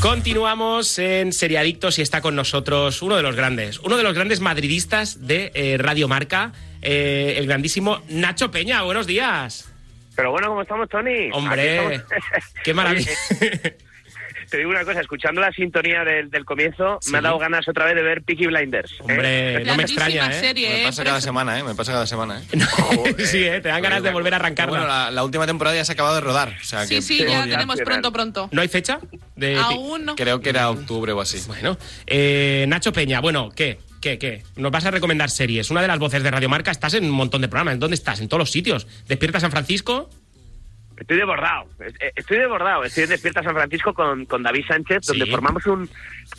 Speaker 2: Continuamos en Seriadictos y está con nosotros uno de los grandes, uno de los grandes madridistas de eh, Radio Marca, eh, el grandísimo Nacho Peña. Buenos días.
Speaker 10: Pero bueno, ¿cómo estamos, Tony? Aquí
Speaker 2: Hombre,
Speaker 10: estamos.
Speaker 2: qué maravilla.
Speaker 10: Te digo una cosa, escuchando la sintonía del, del comienzo,
Speaker 2: Sí.
Speaker 10: me ha dado ganas otra vez de ver Peaky Blinders. ¿eh?
Speaker 2: Hombre, no me
Speaker 3: Grandísima
Speaker 2: extraña, ¿eh?
Speaker 3: serie,
Speaker 4: Me
Speaker 3: ¿eh?
Speaker 4: pasa
Speaker 3: Pero
Speaker 4: cada
Speaker 3: es-
Speaker 4: semana, ¿eh? Me pasa cada semana, ¿eh. Pues,
Speaker 2: sí, ¿eh? te dan ganas de volver a
Speaker 4: Bueno,
Speaker 2: arrancarla.
Speaker 4: la, la última temporada ya se ha acabado de rodar. O sea,
Speaker 3: Sí,
Speaker 4: que
Speaker 3: sí,
Speaker 4: todo
Speaker 3: ya
Speaker 4: bien.
Speaker 3: tenemos pronto, pronto.
Speaker 2: ¿No hay fecha? De
Speaker 3: Aún no.
Speaker 4: Creo Eh, que era octubre o así.
Speaker 2: Bueno, eh, Nacho Peña, bueno, ¿qué? ¿Qué? ¿Qué? Nos vas a recomendar series. Una de las voces de Radio Marca, estás en un montón de programas. ¿Dónde estás? En todos los sitios. ¿Despierta San Francisco?
Speaker 10: Estoy desbordado, es- eh, estoy desbordado. Estoy en Despierta San Francisco con, con David Sánchez, donde
Speaker 2: Sí.
Speaker 10: formamos un...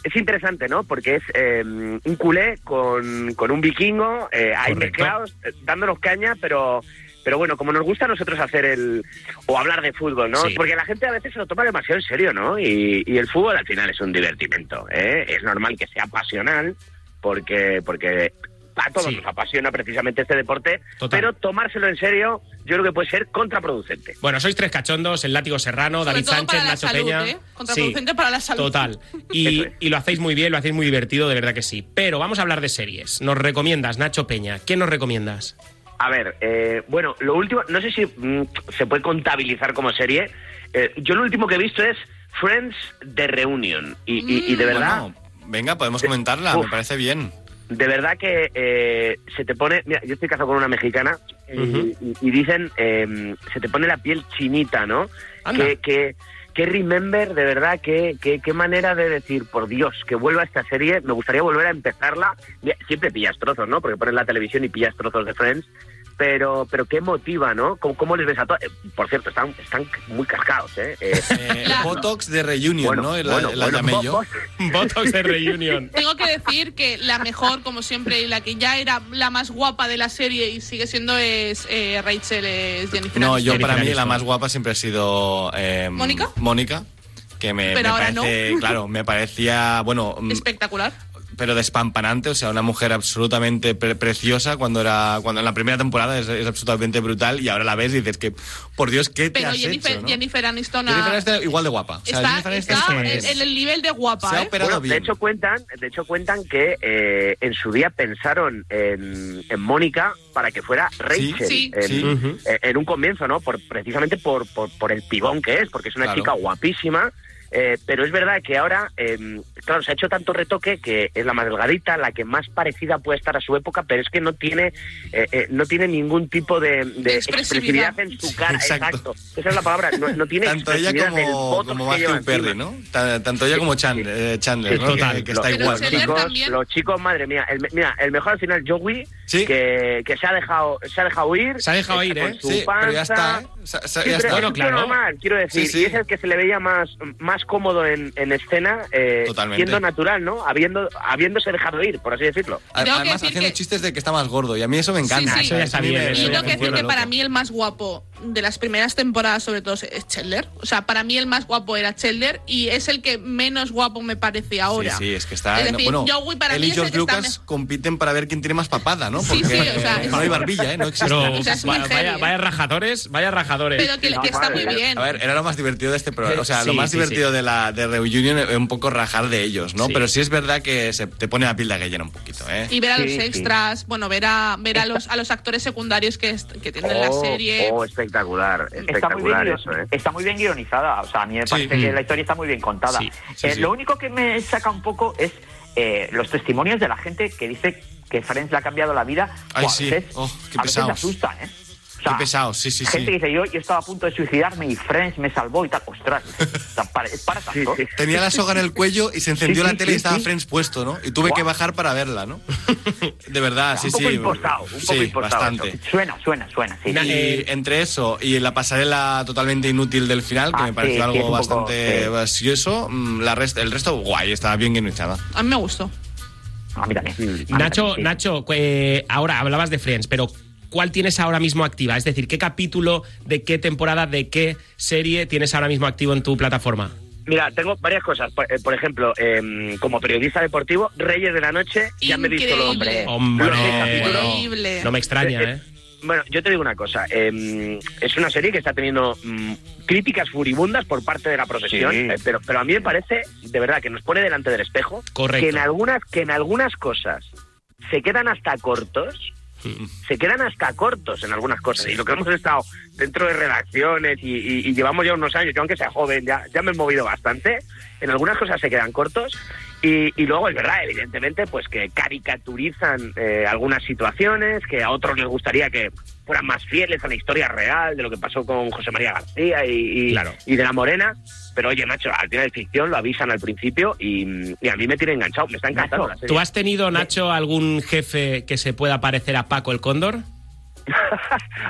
Speaker 10: Es interesante, ¿no? Porque es eh, un culé con, con un vikingo, eh, ahí
Speaker 2: Correcto.
Speaker 10: mezclados, eh, dándonos caña, pero... Pero bueno, como nos gusta a nosotros hacer el... o hablar de fútbol, ¿no?
Speaker 2: Sí.
Speaker 10: Porque la gente a veces se lo toma demasiado en serio, ¿no? Y, y el fútbol al final es un divertimento, ¿eh? Es normal que sea pasional, porque, porque a todos
Speaker 2: Sí.
Speaker 10: nos apasiona precisamente este deporte,
Speaker 2: Total.
Speaker 10: pero tomárselo en serio yo creo que puede ser contraproducente.
Speaker 2: Bueno, sois tres cachondos, el látigo serrano,
Speaker 3: Sobre
Speaker 2: David
Speaker 3: todo
Speaker 2: Sánchez,
Speaker 3: para la
Speaker 2: Nacho
Speaker 3: salud,
Speaker 2: Peña.
Speaker 3: ¿eh? Contraproducente para la salud.
Speaker 2: Total.
Speaker 10: Eso
Speaker 2: Y,
Speaker 10: es.
Speaker 2: y lo hacéis muy bien, lo hacéis muy divertido, de verdad que sí. Pero vamos a hablar de series. Nos recomiendas, Nacho Peña. ¿Qué nos recomiendas?
Speaker 10: A ver, eh, bueno, lo último, no sé si mm, se puede contabilizar como serie. Eh, yo lo último que he visto es Friends de Reunion. Y, y- y de verdad,
Speaker 4: Bueno, venga, podemos comentarla,
Speaker 10: Uf.
Speaker 4: me parece bien.
Speaker 10: de verdad que eh, se te pone. Mira, yo estoy casado con una mexicana y,
Speaker 2: Ujú.
Speaker 10: y- y dicen, eh, se te pone la piel chinita, ¿no?
Speaker 2: Anda.
Speaker 10: Que, que, que remember, de verdad, que, que, qué manera de decir, por Dios, que vuelva esta serie, me gustaría volver a empezarla. Mira, Siempre pillas trozos, ¿no? Porque pones la televisión y pillas trozos de Friends. Pero, pero qué motiva, ¿no? ¿Cómo, cómo les ves a todos? Por cierto, están, están muy cascados, ¿eh? Eh,
Speaker 4: Eh, Botox de Reunion,
Speaker 10: bueno,
Speaker 4: ¿no? La,
Speaker 10: bueno,
Speaker 4: la
Speaker 10: bueno,
Speaker 4: llamé
Speaker 10: vos-
Speaker 4: yo.
Speaker 10: vos-
Speaker 2: Botox de Reunion.
Speaker 3: Tengo que decir que la mejor, como siempre, y la que ya era la más guapa de la serie y sigue siendo es eh, Rachel, es Jennifer
Speaker 4: No,
Speaker 3: Aniston.
Speaker 4: yo para mí
Speaker 2: Aniston.
Speaker 4: la más guapa siempre ha sido. eh,
Speaker 3: ¿Mónica?
Speaker 4: Mónica. Que me,
Speaker 3: Pero
Speaker 4: me
Speaker 3: ahora
Speaker 4: parece,
Speaker 3: no.
Speaker 4: claro, me parecía, bueno, mm,
Speaker 3: Espectacular.
Speaker 4: pero despampanante, o sea, una mujer absolutamente pre- preciosa cuando era, cuando en la primera temporada es, es absolutamente brutal y ahora la ves y dices que, por Dios, ¿qué te
Speaker 3: Pero
Speaker 4: has
Speaker 3: Jennifer,
Speaker 4: hecho? ¿no?
Speaker 3: Jennifer Aniston ha-
Speaker 4: Jennifer Aniston igual de guapa. O sea,
Speaker 3: está,
Speaker 4: Jennifer Aniston
Speaker 2: es
Speaker 3: está
Speaker 2: que es-
Speaker 3: en en el nivel de
Speaker 4: se
Speaker 3: guapa,
Speaker 4: ha
Speaker 3: ¿eh?
Speaker 4: operado
Speaker 10: Bueno,
Speaker 4: bien.
Speaker 10: de hecho cuentan, de hecho cuentan que eh, en su día pensaron en, en Mónica para que fuera Rachel
Speaker 3: Sí.
Speaker 10: en,
Speaker 4: Sí.
Speaker 2: Ujú.
Speaker 10: eh, en un comienzo, ¿no? Por, precisamente por, por, por el pibón que es, porque es una
Speaker 4: Claro.
Speaker 10: chica guapísima. eh, pero es verdad que ahora, eh, claro, se ha hecho tanto retoque que es la más delgadita, la que más parecida puede estar a su época, pero es que no tiene, eh, eh, no tiene ningún tipo de, de
Speaker 3: De expresividad.
Speaker 10: expresividad. en su cara.
Speaker 4: Exacto.
Speaker 10: Exacto. Esa es la palabra. No, no tiene
Speaker 4: Tanto ella
Speaker 10: expresividad del
Speaker 4: como,
Speaker 10: botox
Speaker 4: como
Speaker 10: que lleva
Speaker 4: Matthew Perry,
Speaker 10: encima.
Speaker 4: ¿no? Ta- Tanto ella como Chan- eh, Chandler, ¿no?
Speaker 2: Total.
Speaker 4: Que, que
Speaker 10: Lo-
Speaker 4: está
Speaker 3: Pero
Speaker 4: igual.
Speaker 10: Los
Speaker 3: Chandler
Speaker 4: ¿no?
Speaker 10: chicos,
Speaker 3: también.
Speaker 10: los chicos, madre mía, el, me- mira, el mejor al final, Joey,
Speaker 4: Sí.
Speaker 10: que, que se ha dejado, se ha dejado ir,
Speaker 2: Se ha dejado ir,
Speaker 10: con
Speaker 2: ¿eh?
Speaker 10: su
Speaker 4: Sí, pero ya
Speaker 10: panza.
Speaker 4: está, ¿eh? Sa- sa-
Speaker 10: Sí, pero
Speaker 4: ya está.
Speaker 10: es
Speaker 2: Bueno,
Speaker 10: un tío
Speaker 2: claro.
Speaker 10: normal, quiero decir,
Speaker 4: Sí, sí.
Speaker 10: y es el que se le veía más, más cómodo en, en escena, eh,
Speaker 4: Totalmente.
Speaker 10: siendo natural, ¿no? Habiendo, habiéndose dejado ir, por así decirlo.
Speaker 4: A-
Speaker 3: Tengo que
Speaker 4: Además,
Speaker 3: decir
Speaker 4: haciendo
Speaker 3: que-
Speaker 4: chistes de que está más gordo y a mí eso me encanta.
Speaker 3: Sí, sí.
Speaker 4: ¿sabes?
Speaker 2: Eso ya está
Speaker 4: A mí
Speaker 2: bien,
Speaker 4: me-
Speaker 2: eso
Speaker 3: Y
Speaker 4: me-
Speaker 3: tengo
Speaker 4: me
Speaker 3: que decir
Speaker 4: vuelve
Speaker 3: que
Speaker 4: loco.
Speaker 3: para mí el más guapo de las primeras temporadas, sobre todo, es Chandler. O sea, para mí el más guapo era Chandler y es el que menos guapo me parece ahora.
Speaker 4: Sí, sí, es que está.
Speaker 3: Es decir,
Speaker 4: bueno,
Speaker 3: Joey para
Speaker 4: él
Speaker 3: mí
Speaker 4: y
Speaker 3: es el
Speaker 4: George
Speaker 3: que está
Speaker 4: Lucas
Speaker 3: mejor.
Speaker 4: compiten para ver quién tiene más papada, ¿no?
Speaker 3: Sí, sí, o
Speaker 4: Porque
Speaker 3: sea,
Speaker 4: eh, no hay barbilla, ¿eh? No existe.
Speaker 2: Pero
Speaker 3: O sea, es muy
Speaker 2: va-
Speaker 3: heavy,
Speaker 2: vaya,
Speaker 3: ¿eh?
Speaker 2: vaya rajadores, vaya rajadores.
Speaker 3: Pero que,
Speaker 10: No,
Speaker 3: que está muy
Speaker 10: madre,
Speaker 3: bien.
Speaker 4: A ver, era lo más divertido de este programa. O sea,
Speaker 2: Sí,
Speaker 4: lo más
Speaker 2: sí,
Speaker 4: divertido de la de Reunion es un poco rajar de ellos, ¿no?
Speaker 2: Sí.
Speaker 4: Pero sí es verdad que se te pone la piel de gallina un poquito, ¿eh?
Speaker 3: Y ver a los
Speaker 10: Sí, sí.
Speaker 3: extras, bueno, ver a, ver a los a los actores secundarios que, est- que tienen en la
Speaker 10: Oh,
Speaker 3: serie.
Speaker 10: oh, espectacular,
Speaker 5: Está muy, bien,
Speaker 10: espectacular
Speaker 5: guion-
Speaker 10: eso, ¿eh?
Speaker 5: está muy bien guionizada, o sea, a mí me
Speaker 4: Sí. Mm.
Speaker 5: parece que la historia está muy bien contada.
Speaker 2: Sí, sí,
Speaker 5: Eh,
Speaker 2: sí.
Speaker 5: Lo único que me saca un poco es eh, los testimonios de la gente que dice que Friends le ha cambiado la vida.
Speaker 4: Ay,
Speaker 5: o a
Speaker 4: sí.
Speaker 5: veces,
Speaker 4: Oh, qué
Speaker 5: a veces
Speaker 4: pesados.
Speaker 5: me asustan, ¿eh? O
Speaker 4: Qué pesados, sí, sí,
Speaker 5: Gente
Speaker 4: sí.
Speaker 5: que dice, yo, yo estaba a punto de suicidarme y Friends me salvó y tal. Ostras, o sea, para, es para tanto.
Speaker 10: Sí, sí.
Speaker 4: Tenía la soga en el cuello y se encendió
Speaker 5: Sí,
Speaker 4: la
Speaker 5: sí,
Speaker 4: tele y
Speaker 5: sí,
Speaker 4: estaba
Speaker 5: sí.
Speaker 4: Friends puesto, ¿no? Y tuve que
Speaker 5: Guau.
Speaker 4: bajar para verla, ¿no? De verdad, sí,
Speaker 10: Un poco
Speaker 4: sí.
Speaker 10: impostado, un poco
Speaker 4: sí,
Speaker 10: impostado
Speaker 4: bastante.
Speaker 10: eso.
Speaker 5: Suena, suena, suena, Pues sí.
Speaker 2: Na-
Speaker 4: Y
Speaker 2: Eh,
Speaker 4: entre eso y la pasarela totalmente inútil del final, que
Speaker 5: Ah,
Speaker 4: me pareció
Speaker 5: sí, sí, es
Speaker 4: algo
Speaker 5: un poco,
Speaker 4: bastante
Speaker 5: sí.
Speaker 4: vacioso, mm, la rest- el resto, guay, estaba bien guionizada.
Speaker 3: A mí me gustó.
Speaker 5: A mí también. A mí
Speaker 2: Nacho,
Speaker 5: también, sí.
Speaker 2: Nacho, eh, ahora hablabas de Friends, pero ¿cuál tienes ahora mismo activa? Es decir, ¿qué capítulo, de qué temporada, de qué serie tienes ahora mismo activo en tu plataforma?
Speaker 10: Mira, tengo varias cosas. Por, eh, por ejemplo, em, como periodista deportivo, Reyes de la Noche, ya me he visto el
Speaker 3: Increíble.
Speaker 10: hombre. ¿eh?
Speaker 2: Hombre,
Speaker 10: Los seis capítulos.
Speaker 2: no,
Speaker 3: Increíble.
Speaker 2: no me extraña, ¿eh?
Speaker 10: Bueno, yo te digo una cosa. eh, es una serie que está teniendo mm, críticas furibundas por parte de la profesión,
Speaker 2: Sí.
Speaker 10: eh, pero, pero a mí me parece, de verdad, que nos pone delante del espejo.
Speaker 2: Correcto.
Speaker 10: Que en algunas, que en algunas cosas se quedan hasta cortos. Se quedan hasta cortos en algunas cosas. Y lo que hemos estado dentro de redacciones y, y- y llevamos ya unos años, yo aunque sea joven, ya, ya me he movido bastante. En algunas cosas se quedan cortos. Y, y luego es verdad, evidentemente, pues que caricaturizan eh, algunas situaciones, que a otros les gustaría que fueran más fieles a la historia real de lo que pasó con José María García y, y- y de la Morena. Pero oye, macho, al final es ficción, lo avisan al principio y, y a mí me tiene enganchado, me está encantando la serie.
Speaker 2: ¿Tú has tenido, Nacho, algún jefe que se pueda parecer a Paco el Cóndor?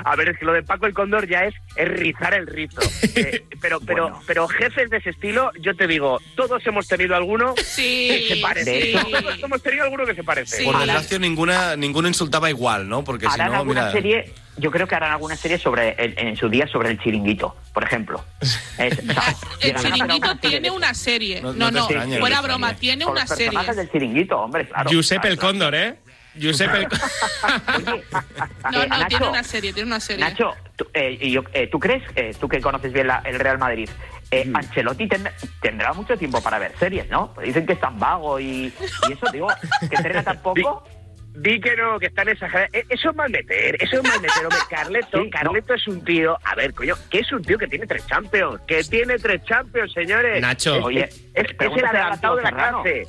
Speaker 10: A ver, es que lo de Paco el Cóndor ya es, es rizar el rizo. Eh, pero, pero, pero jefes de ese estilo, yo te digo, todos hemos tenido alguno que se parece.
Speaker 4: sí.
Speaker 10: Todos hemos tenido alguno que se parece.
Speaker 4: Por desgracia, ninguna, ninguno insultaba igual, ¿no? Porque si
Speaker 5: harán
Speaker 4: no,
Speaker 5: alguna
Speaker 4: mira. eh,
Speaker 5: serie, yo creo que harán alguna serie sobre el- en su día sobre el chiringuito, por ejemplo. Es- o sea,
Speaker 3: El
Speaker 5: llegarán a hacer
Speaker 3: chiringuito
Speaker 5: alguna serie
Speaker 3: tiene
Speaker 5: de-
Speaker 3: una serie. No,
Speaker 5: No- no
Speaker 3: no,
Speaker 5: te extrañes,
Speaker 3: fuera
Speaker 5: no te
Speaker 3: broma,
Speaker 5: extrañes.
Speaker 3: tiene
Speaker 5: Con
Speaker 3: una
Speaker 5: los
Speaker 3: serie.
Speaker 5: personajes del chiringuito, hombre, claro.
Speaker 2: Giuseppe el Cóndor, ¿eh? Giuseppe el Cóndor.
Speaker 3: No,
Speaker 5: Eh,
Speaker 3: no, tiene
Speaker 5: Nacho.
Speaker 3: una serie, tiene una serie.
Speaker 5: Nacho, tú, eh, y yo- eh, ¿tú crees, eh, tú que conoces bien la- el Real Madrid, eh,
Speaker 2: Mm.
Speaker 5: Ancelotti ten- tendrá mucho tiempo para ver series, ¿no? Pues Dicen que es tan vago y, y eso, digo, que entrena tan poco.
Speaker 10: Di que no, que están exagerados. Eh, Eso es mal meter, eso es mal meter. Hombre, Carleto, Carleto es un tío, a ver, coño, que es un tío que tiene tres champions, que tiene tres champions, señores.
Speaker 2: Nacho.
Speaker 10: Es-
Speaker 2: Oye,
Speaker 10: es, es el
Speaker 5: pregúntale a
Speaker 10: adelantado de la
Speaker 5: Serrano.
Speaker 10: clase.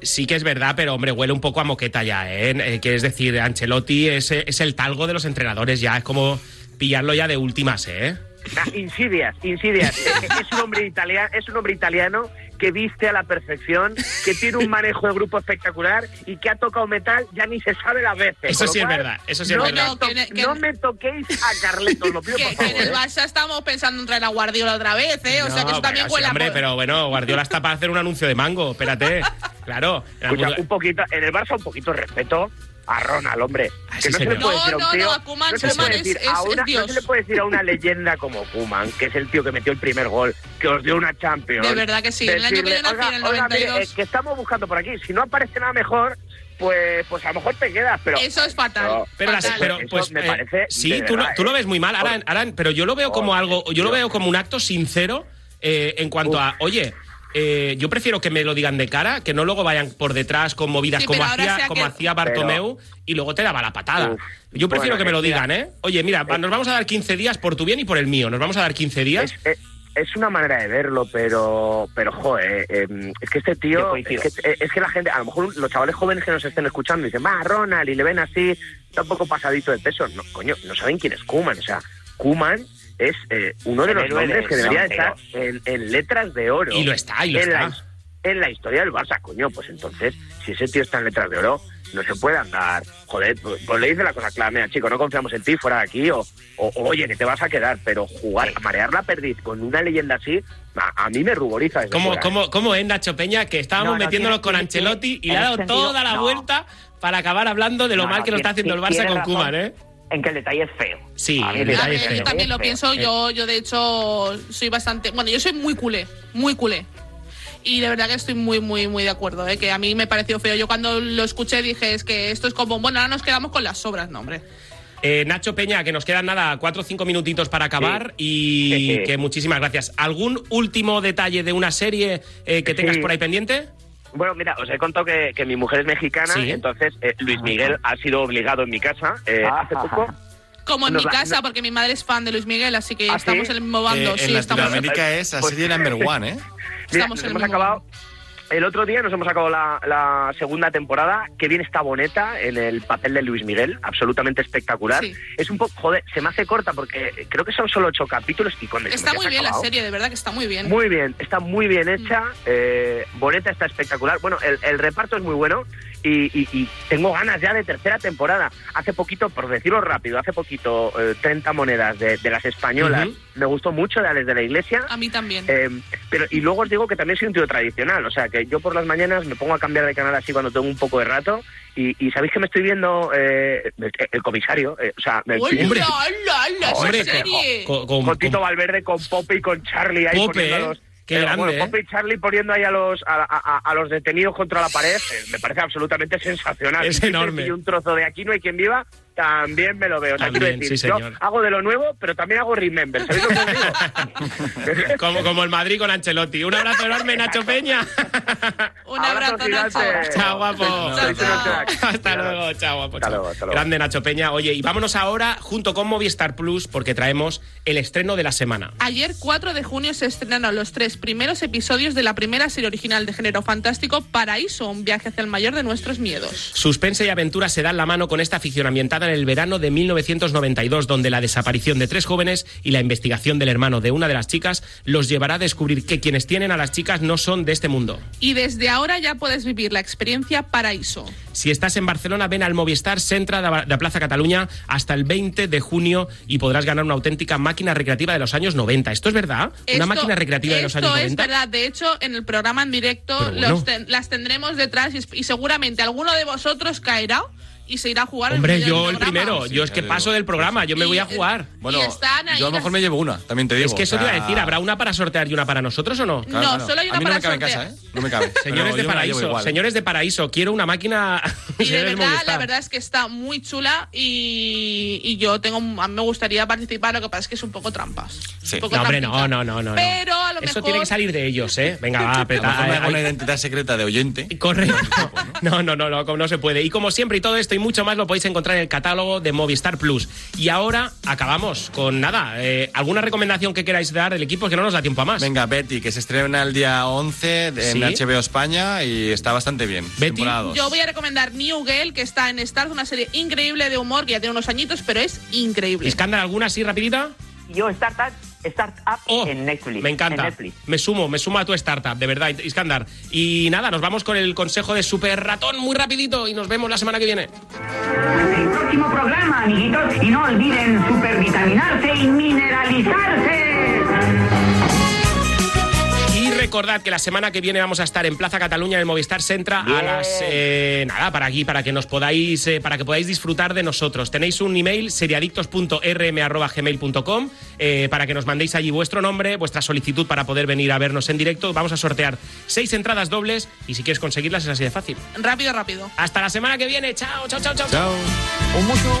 Speaker 2: Sí que es verdad, pero hombre, huele un poco a moqueta ya, ¿eh? Eh, Quieres decir, Ancelotti es, eh, es el talgo de los entrenadores ya, es como pillarlo ya de últimas, ¿eh?
Speaker 10: Ah, Insidias, insidias. Es- es, un hombre italiano, es un hombre italiano que viste a la perfección, que tiene un manejo de grupo espectacular y que ha tocado metal ya ni se sabe las veces.
Speaker 2: Eso
Speaker 10: Con lo
Speaker 2: sí es
Speaker 10: cual,
Speaker 2: verdad, eso sí es
Speaker 10: no
Speaker 2: verdad.
Speaker 10: me to-
Speaker 3: Que ne- que-
Speaker 10: no me toquéis a Carleto, lo pido por
Speaker 3: Que, que en
Speaker 10: favor. ¿eh?
Speaker 3: el Barça estamos pensando en traer a Guardiola otra vez, ¿eh? O sea
Speaker 2: No,
Speaker 3: que eso también
Speaker 2: bueno, sí,
Speaker 3: huele a
Speaker 2: Hombre,
Speaker 3: po-
Speaker 2: pero bueno, Guardiola está para hacer un anuncio de mango, espérate. Claro. en
Speaker 10: Escucha,
Speaker 2: algún-
Speaker 10: un poquito, en el Barça un poquito de respeto a Ronald, hombre.
Speaker 2: Ah, sí,
Speaker 10: Que no se
Speaker 2: señor.
Speaker 10: le puede
Speaker 2: No,
Speaker 10: decir a un
Speaker 2: no,
Speaker 10: tío-
Speaker 2: no, a Koeman,
Speaker 10: no se le
Speaker 2: Koeman
Speaker 10: puede
Speaker 2: es-
Speaker 10: decir
Speaker 2: es-
Speaker 10: a
Speaker 2: es
Speaker 10: una- no
Speaker 2: Dios.
Speaker 10: se le puede decir a una leyenda como Kuman, que es el tío que metió el primer gol, que os dio una Champions.
Speaker 3: De verdad que sí, en el año que
Speaker 10: decirle,
Speaker 3: yo nací, en el
Speaker 10: "Oiga, mire,
Speaker 3: 92".
Speaker 10: eh, que estamos buscando por aquí. Si no aparece nada mejor, pues, pues a lo mejor te quedas, pero.
Speaker 3: Eso es fatal.
Speaker 10: No,
Speaker 2: Pero, las-
Speaker 10: fatal.
Speaker 2: pero,
Speaker 10: Eso
Speaker 2: pues,
Speaker 10: me
Speaker 2: eh,
Speaker 10: parece
Speaker 2: sí,
Speaker 10: de
Speaker 2: tú,
Speaker 10: verdad,
Speaker 2: lo, tú lo
Speaker 10: ¿eh?
Speaker 2: ves muy mal, Alan, Alan, pero yo lo veo como algo, yo lo veo como un acto sincero eh, en cuanto a, oye, eh, yo prefiero que me lo digan de cara, que no luego vayan por detrás con movidas
Speaker 3: Sí,
Speaker 2: como,
Speaker 3: pero ahora
Speaker 2: hacía,
Speaker 3: sea
Speaker 2: como
Speaker 3: que-
Speaker 2: hacía Bartomeu y luego te daba la patada.
Speaker 10: Uf,
Speaker 2: yo prefiero
Speaker 10: bueno,
Speaker 2: que me lo
Speaker 10: es que-
Speaker 2: digan, ¿eh? Oye, mira, va- nos vamos a dar 15 días por tu bien y por el mío, nos vamos a dar 15 días.
Speaker 10: Es, es- es una manera de verlo, pero, pero joder, eh, es que este
Speaker 5: Yo
Speaker 10: tío,
Speaker 5: coincido.
Speaker 10: es que, es que la gente, a lo mejor los chavales jóvenes que nos estén escuchando dicen, va, Ronald, y le ven así, está un poco pasadito de peso. No, coño, no saben quién es Kuman, o sea, Kuman es eh, uno de
Speaker 5: El
Speaker 10: los
Speaker 5: héroe
Speaker 10: nombres
Speaker 5: del
Speaker 10: que debería de estar
Speaker 5: Santos.
Speaker 10: en, en letras de oro.
Speaker 2: Y lo está, y lo
Speaker 10: en la
Speaker 2: está.
Speaker 10: his- en la historia del Barça, coño, pues entonces, si ese tío está en letras de oro, no se puede andar. Joder, pues, pues le dice la cosa clara, mira, chico, no confiamos en ti, fuera de aquí, o, o- oye, que te vas a quedar, pero jugar, a marear la perdiz con una leyenda así, a, a mí me rugoriza. desde
Speaker 2: ¿Cómo,
Speaker 10: fuera, ¿eh?
Speaker 2: cómo, cómo es Nacho Peña que estábamos
Speaker 5: No, no,
Speaker 2: metiéndonos
Speaker 5: tiene-
Speaker 2: con
Speaker 5: tiene-
Speaker 2: Ancelotti y
Speaker 5: tiene-
Speaker 2: le ha
Speaker 5: en
Speaker 2: dado
Speaker 5: ese sentido,
Speaker 2: toda la
Speaker 5: no.
Speaker 2: vuelta para acabar hablando de lo
Speaker 5: No,
Speaker 2: mal
Speaker 5: no,
Speaker 2: que lo está
Speaker 5: tiene-
Speaker 2: haciendo el
Speaker 5: ti-
Speaker 2: Barça
Speaker 5: tiene
Speaker 2: con
Speaker 5: razón
Speaker 2: Kuman, ¿eh?
Speaker 5: En que el detalle es feo. Ah,
Speaker 2: Sí,
Speaker 5: A mí
Speaker 2: el
Speaker 5: me
Speaker 2: detalle
Speaker 5: parece
Speaker 2: es
Speaker 5: que
Speaker 3: Yo
Speaker 10: ¿eh?
Speaker 2: feo.
Speaker 3: también lo
Speaker 5: feo.
Speaker 3: pienso, yo, yo de hecho soy bastante, bueno, yo soy muy culé, muy culé. Y de verdad que estoy muy, muy, muy de acuerdo, ¿eh? que a mí me pareció feo. Yo cuando lo escuché dije, es que esto es como, bueno, ahora nos quedamos con las sobras, no, hombre.
Speaker 2: Eh, Nacho Peña, que nos quedan nada, cuatro o cinco minutitos para acabar y
Speaker 10: Sí.
Speaker 2: que muchísimas gracias. ¿Algún último detalle de una serie eh, que tengas
Speaker 10: Sí.
Speaker 2: por ahí pendiente?
Speaker 10: Bueno, mira, os he contado que, que mi mujer es mexicana,
Speaker 2: Sí. Ah.
Speaker 10: entonces eh, Luis Miguel ha sido obligado en mi casa eh,
Speaker 5: Ah,
Speaker 10: hace
Speaker 5: ah,
Speaker 10: poco.
Speaker 5: ah.
Speaker 3: Como en
Speaker 10: Nos
Speaker 3: mi
Speaker 10: la-
Speaker 3: casa, porque mi madre es fan de Luis Miguel, así que
Speaker 10: ¿Ah,
Speaker 3: estamos
Speaker 10: sí?
Speaker 3: en el mismo
Speaker 4: eh,
Speaker 3: bando.
Speaker 4: en
Speaker 3: sí, estamos
Speaker 4: Latinoamérica es la
Speaker 10: Pues-
Speaker 4: serie number one, ¿eh?
Speaker 10: nos
Speaker 3: Estamos en el
Speaker 10: hemos
Speaker 3: mismo
Speaker 10: acabado. El otro día nos hemos acabado la, la segunda temporada. Qué bien está Boneta en el papel de Luis Miguel. Absolutamente espectacular.
Speaker 3: Sí.
Speaker 10: Es un poco, joder, se me hace corta porque creo que son solo ocho capítulos y con
Speaker 3: Está muy bien la
Speaker 10: acabado.
Speaker 3: serie, Mm. de verdad que está muy bien.
Speaker 10: Muy bien, está muy bien hecha. Eh, Boneta está espectacular. Bueno, el, el reparto es muy bueno y, y- y tengo ganas ya de tercera temporada. Hace poquito, por decirlo rápido, hace poquito, eh, 30 monedas de, de las españolas.
Speaker 2: Ujú.
Speaker 10: Me gustó mucho de Alex de la Iglesia.
Speaker 3: A mí también.
Speaker 10: Eh, pero y luego os digo que también soy un tío tradicional, o sea que yo por las mañanas me pongo a cambiar de canal así cuando tengo un poco de rato y, y sabéis que me estoy viendo eh, el, el comisario, eh, o sea, me estoy
Speaker 2: Hombre.
Speaker 3: ¡Hola, hola, hola! esa
Speaker 10: Hombre,
Speaker 3: serie!
Speaker 2: Con, con-
Speaker 10: con, Tito Valverde, con Pope y con Charlie ahí
Speaker 2: Pope,
Speaker 10: poniendo a
Speaker 2: eh,
Speaker 10: los
Speaker 2: qué
Speaker 10: pero,
Speaker 2: grande,
Speaker 10: bueno,
Speaker 2: eh.
Speaker 10: Pope y Charlie poniendo ahí a los a, a- a- a los detenidos contra la pared, eh, me parece absolutamente sensacional.
Speaker 2: Es
Speaker 10: Y te
Speaker 2: enorme.
Speaker 10: pillo un trozo de aquí no hay quien viva También me lo veo. O sea,
Speaker 2: También,
Speaker 10: quiero decir,
Speaker 2: sí,
Speaker 10: yo
Speaker 2: señor.
Speaker 10: hago de lo nuevo, pero también hago remember. ¿Sabéis lo que os digo?
Speaker 2: Como, como el Madrid con Ancelotti. Un abrazo enorme, Nacho Peña.
Speaker 3: Un abrazo, Nacho.
Speaker 10: gigante.
Speaker 2: Chao, guapo.
Speaker 10: Sois unos
Speaker 3: Chao.
Speaker 10: cracks.
Speaker 2: Hasta
Speaker 10: Chao.
Speaker 2: luego, chao, guapo.
Speaker 10: Hasta
Speaker 2: chao.
Speaker 10: luego, hasta luego.
Speaker 2: Grande Nacho Peña. Oye, y vámonos ahora junto con Movistar Plus porque traemos el estreno de la semana.
Speaker 3: Ayer, 4 de junio, se estrenaron los tres primeros episodios de la primera serie original de género fantástico, Paraíso, un viaje hacia el mayor de nuestros miedos.
Speaker 2: Suspense y aventura se dan la mano con esta ficción ambientada en el verano de 1992, donde la desaparición de tres jóvenes y la investigación del hermano de una de las chicas los llevará a descubrir que quienes tienen a las chicas no son de este mundo.
Speaker 3: Y desde ahora ya puedes vivir la experiencia Paraíso.
Speaker 2: Si estás en Barcelona, ven al Movistar Centra de la Plaza Cataluña hasta el 20 de junio y podrás ganar una auténtica máquina recreativa de los años 90. ¿Esto es verdad? ¿Una
Speaker 3: Esto-
Speaker 2: máquina recreativa de los años
Speaker 3: Esto
Speaker 2: 90?
Speaker 3: es verdad. De hecho, en el programa en directo
Speaker 2: Pero bueno.
Speaker 3: los ten- las tendremos detrás y, es- y seguramente alguno de vosotros caerá y se irá a jugar. en
Speaker 2: Hombre,
Speaker 3: medio del
Speaker 2: yo el
Speaker 3: programa.
Speaker 2: primero.
Speaker 4: Sí,
Speaker 2: yo es que
Speaker 4: ya digo.
Speaker 2: paso del programa, yo me
Speaker 3: Y-
Speaker 2: voy a jugar.
Speaker 4: Bueno,
Speaker 3: Y están ahí
Speaker 4: yo a lo
Speaker 3: las-
Speaker 4: mejor me llevo una, también te digo.
Speaker 2: Es que eso
Speaker 4: o
Speaker 2: te iba a
Speaker 4: sea,
Speaker 2: decir, ¿habrá una para sortear y una para nosotros o no?
Speaker 4: claro,
Speaker 3: No,
Speaker 4: claro.
Speaker 3: solo hay una
Speaker 4: a mí no
Speaker 3: para
Speaker 4: me cabe en
Speaker 3: sortear.
Speaker 4: casa, ¿eh? No me cabe.
Speaker 2: Señores
Speaker 4: Pero
Speaker 2: de
Speaker 4: yo me la llevo
Speaker 2: Paraíso,
Speaker 4: igual.
Speaker 2: señores de Paraíso, quiero una máquina.
Speaker 3: Y de
Speaker 2: del
Speaker 3: verdad,
Speaker 2: Pues Movistar.
Speaker 3: la verdad es que está muy chula y, y yo tengo, a mí me gustaría participar, lo que pasa es que es un poco trampas.
Speaker 4: Sí.
Speaker 3: Un poco
Speaker 2: No, hombre,
Speaker 3: trampita.
Speaker 2: no, no, no, no. no.
Speaker 3: Pero a lo
Speaker 2: Eso
Speaker 3: mejor...
Speaker 2: tiene que salir de ellos, ¿eh? Venga, va,
Speaker 4: A lo
Speaker 2: peta.
Speaker 4: mejor me
Speaker 2: ay,
Speaker 4: hago
Speaker 2: ay.
Speaker 4: una identidad secreta de oyente.
Speaker 2: Correcto. No, no, no, no, como no se puede. Y como siempre, y todo esto y mucho más lo podéis encontrar en el catálogo de Movistar Plus. Y ahora acabamos con nada. eh, ¿Alguna recomendación que queráis dar del equipo? Es que no nos da tiempo a más.
Speaker 4: Venga, Betty, que se estrena el día 11 en
Speaker 2: Sí.
Speaker 4: HBO España y está bastante bien.
Speaker 2: Betty,
Speaker 4: Temporada dos.
Speaker 3: Yo voy a recomendar New Girl, que está en Stars, una serie increíble de humor que ya tiene unos añitos, pero es increíble.
Speaker 2: ¿Escándalo alguna así rapidita?
Speaker 5: Yo, Startup, startup
Speaker 2: Oh,
Speaker 5: en Netflix.
Speaker 2: Me encanta.
Speaker 5: En Netflix.
Speaker 2: Me sumo, me sumo a tu startup, de verdad, Iskandar. Y nada, nos vamos con el consejo de Super Ratón muy rapidito y nos vemos la semana que viene.
Speaker 6: El próximo programa, amiguitos, y no olviden supervitaminarse y mineralizarse.
Speaker 2: Y recordad que la semana que viene vamos a estar en Plaza Cataluña en el Movistar Centra a las eh, nada para aquí para que nos podáis eh, para que podáis disfrutar de nosotros. Tenéis un email seriadictos.rm@gmail.com eh, para que nos mandéis allí vuestro nombre, vuestra solicitud para poder venir a vernos en directo. Vamos a sortear seis entradas dobles y si quieres conseguirlas es así de fácil.
Speaker 3: Rápido, rápido.
Speaker 2: Hasta la semana que viene. Chao, chao, chao, chao.
Speaker 4: Chao.
Speaker 5: Un mucho.